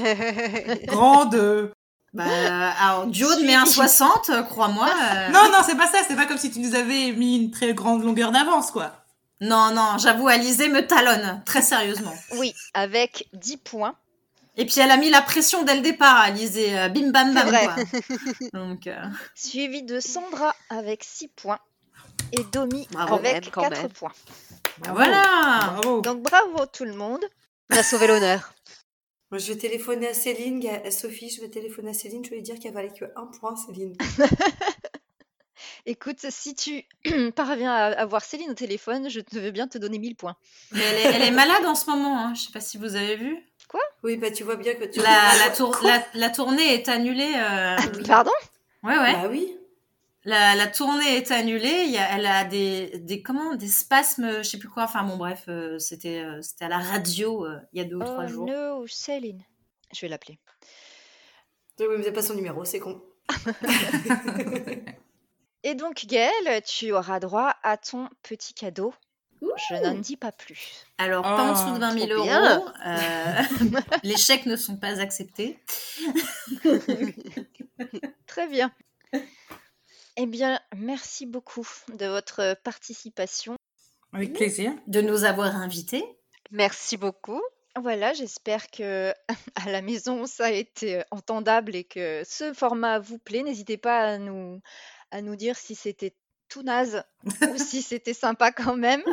[SPEAKER 6] Grande. euh,
[SPEAKER 2] Bah, alors, Duo mais un 60, euh, crois-moi. euh,
[SPEAKER 6] Non, non, c'est pas ça. C'est pas comme si tu nous avais mis une très grande longueur d'avance, quoi.
[SPEAKER 2] Non, non, j'avoue, Alizé me talonne, très sérieusement.
[SPEAKER 1] Oui, avec 10 points.
[SPEAKER 2] Et puis elle a mis la pression dès le départ, Alizé, euh, bim bam bam.
[SPEAKER 1] C'est vrai.
[SPEAKER 2] Quoi. Donc, euh,
[SPEAKER 1] Suivi de Sandra avec 6 points. Et Domi
[SPEAKER 4] Bravo,
[SPEAKER 1] avec
[SPEAKER 4] même, quand
[SPEAKER 1] 4
[SPEAKER 4] même.
[SPEAKER 1] points.
[SPEAKER 6] Bravo.
[SPEAKER 2] voilà.
[SPEAKER 6] Ah, Bravo.
[SPEAKER 1] Donc, bravo tout le monde.
[SPEAKER 4] On a sauvé l'honneur.
[SPEAKER 9] Moi, je vais téléphoner à Céline, à Sophie, je vais téléphoner à Céline, je vais lui dire qu'elle valait que un point, Céline.
[SPEAKER 1] Écoute, si tu parviens à avoir Céline au téléphone, je te veux bien te donner 1000 points.
[SPEAKER 2] Mais elle est, elle est malade en ce moment, hein. je sais pas si vous avez vu.
[SPEAKER 9] Oui, bah tu vois bien que tu...
[SPEAKER 2] La, la, tour- la, la tournée est annulée. euh,
[SPEAKER 1] Ah Pardon
[SPEAKER 2] Ouais, ouais.
[SPEAKER 9] Bah oui.
[SPEAKER 2] La, la tournée est annulée. Il y a, elle a des, des, comment, des spasmes, je sais plus quoi. Enfin bon, bref, euh, c'était euh, c'était à la radio euh, il y a deux ou trois
[SPEAKER 1] Oh
[SPEAKER 2] jours.
[SPEAKER 1] no, Céline. Je vais l'appeler.
[SPEAKER 9] Je ne me pas son numéro, c'est con.
[SPEAKER 1] Et donc, Gaëlle, tu auras droit à ton petit cadeau. Je n'en dis pas plus.
[SPEAKER 2] Alors, pas en
[SPEAKER 6] Ah,
[SPEAKER 2] dessous de 20 000
[SPEAKER 4] Oh, trop
[SPEAKER 2] euros.
[SPEAKER 4] bien.
[SPEAKER 2] euh, les chèques ne sont pas acceptés.
[SPEAKER 1] Très bien. Eh bien, merci beaucoup de votre participation.
[SPEAKER 6] Avec plaisir.
[SPEAKER 2] De nous avoir invités.
[SPEAKER 4] Merci beaucoup.
[SPEAKER 1] Voilà, j'espère que à la maison ça a été euh, entendable et que ce format vous plaît. N'hésitez pas à nous, à nous dire si c'était tout naze ou si c'était sympa quand même.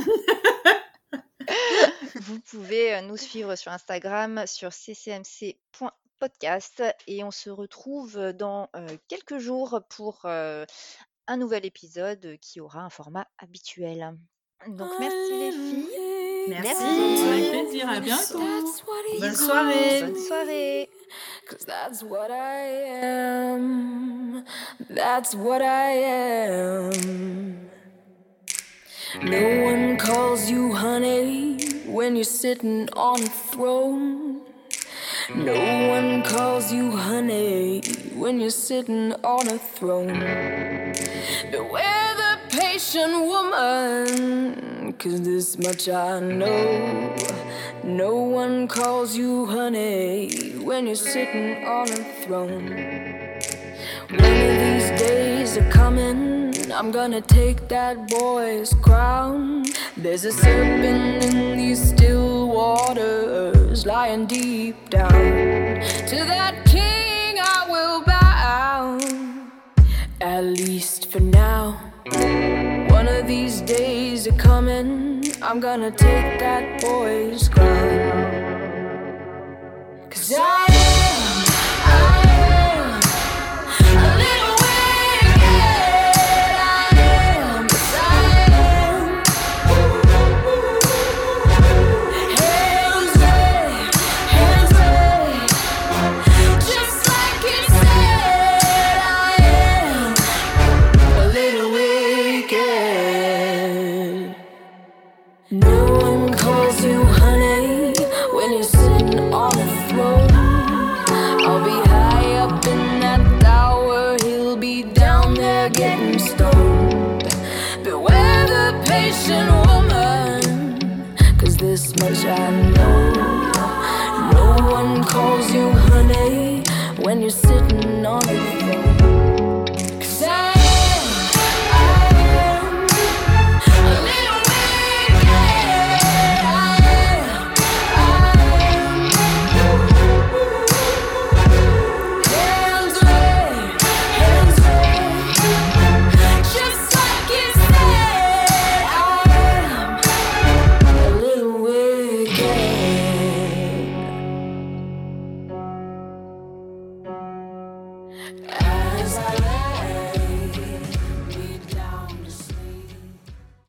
[SPEAKER 1] vous pouvez euh, nous suivre sur Instagram sur ccmc.podcast et on se retrouve dans euh, quelques jours pour euh, un nouvel épisode qui aura un format habituel. Donc merci les filles.
[SPEAKER 2] Merci.
[SPEAKER 6] Avec plaisir. À bientôt.
[SPEAKER 2] Bonne soirée.
[SPEAKER 1] Bonne soirée.
[SPEAKER 5] Cause that's what I am. That's what I am. No one calls you honey when you're sitting on a throne. No one calls you honey when you're sitting on a throne. Beware the patient woman, cause this much I know. No one calls you honey when you're sitting on a throne. One of these days are coming, I'm gonna take that boy's crown. There's a serpent in these still waters lying deep down. To that king I will bow. At least for now. One of these days are coming. I'm gonna take that boy's crown. Cause I am, I am a little wicked. I am, yes, I am. Hands way, hands way. Just like you said, I am a little wicked. No one calls you honey when you're sitting on a throne. I'll be high up in that tower, he'll be down there getting stoned. Beware the patient woman, 'cause
[SPEAKER 10] this much I know. No one calls you honey when you're sitting on the phone. 'Cause I am, I am a little bit gay. I am, hands raised, hands raised. Just like you said, I am a little wicked. As I lay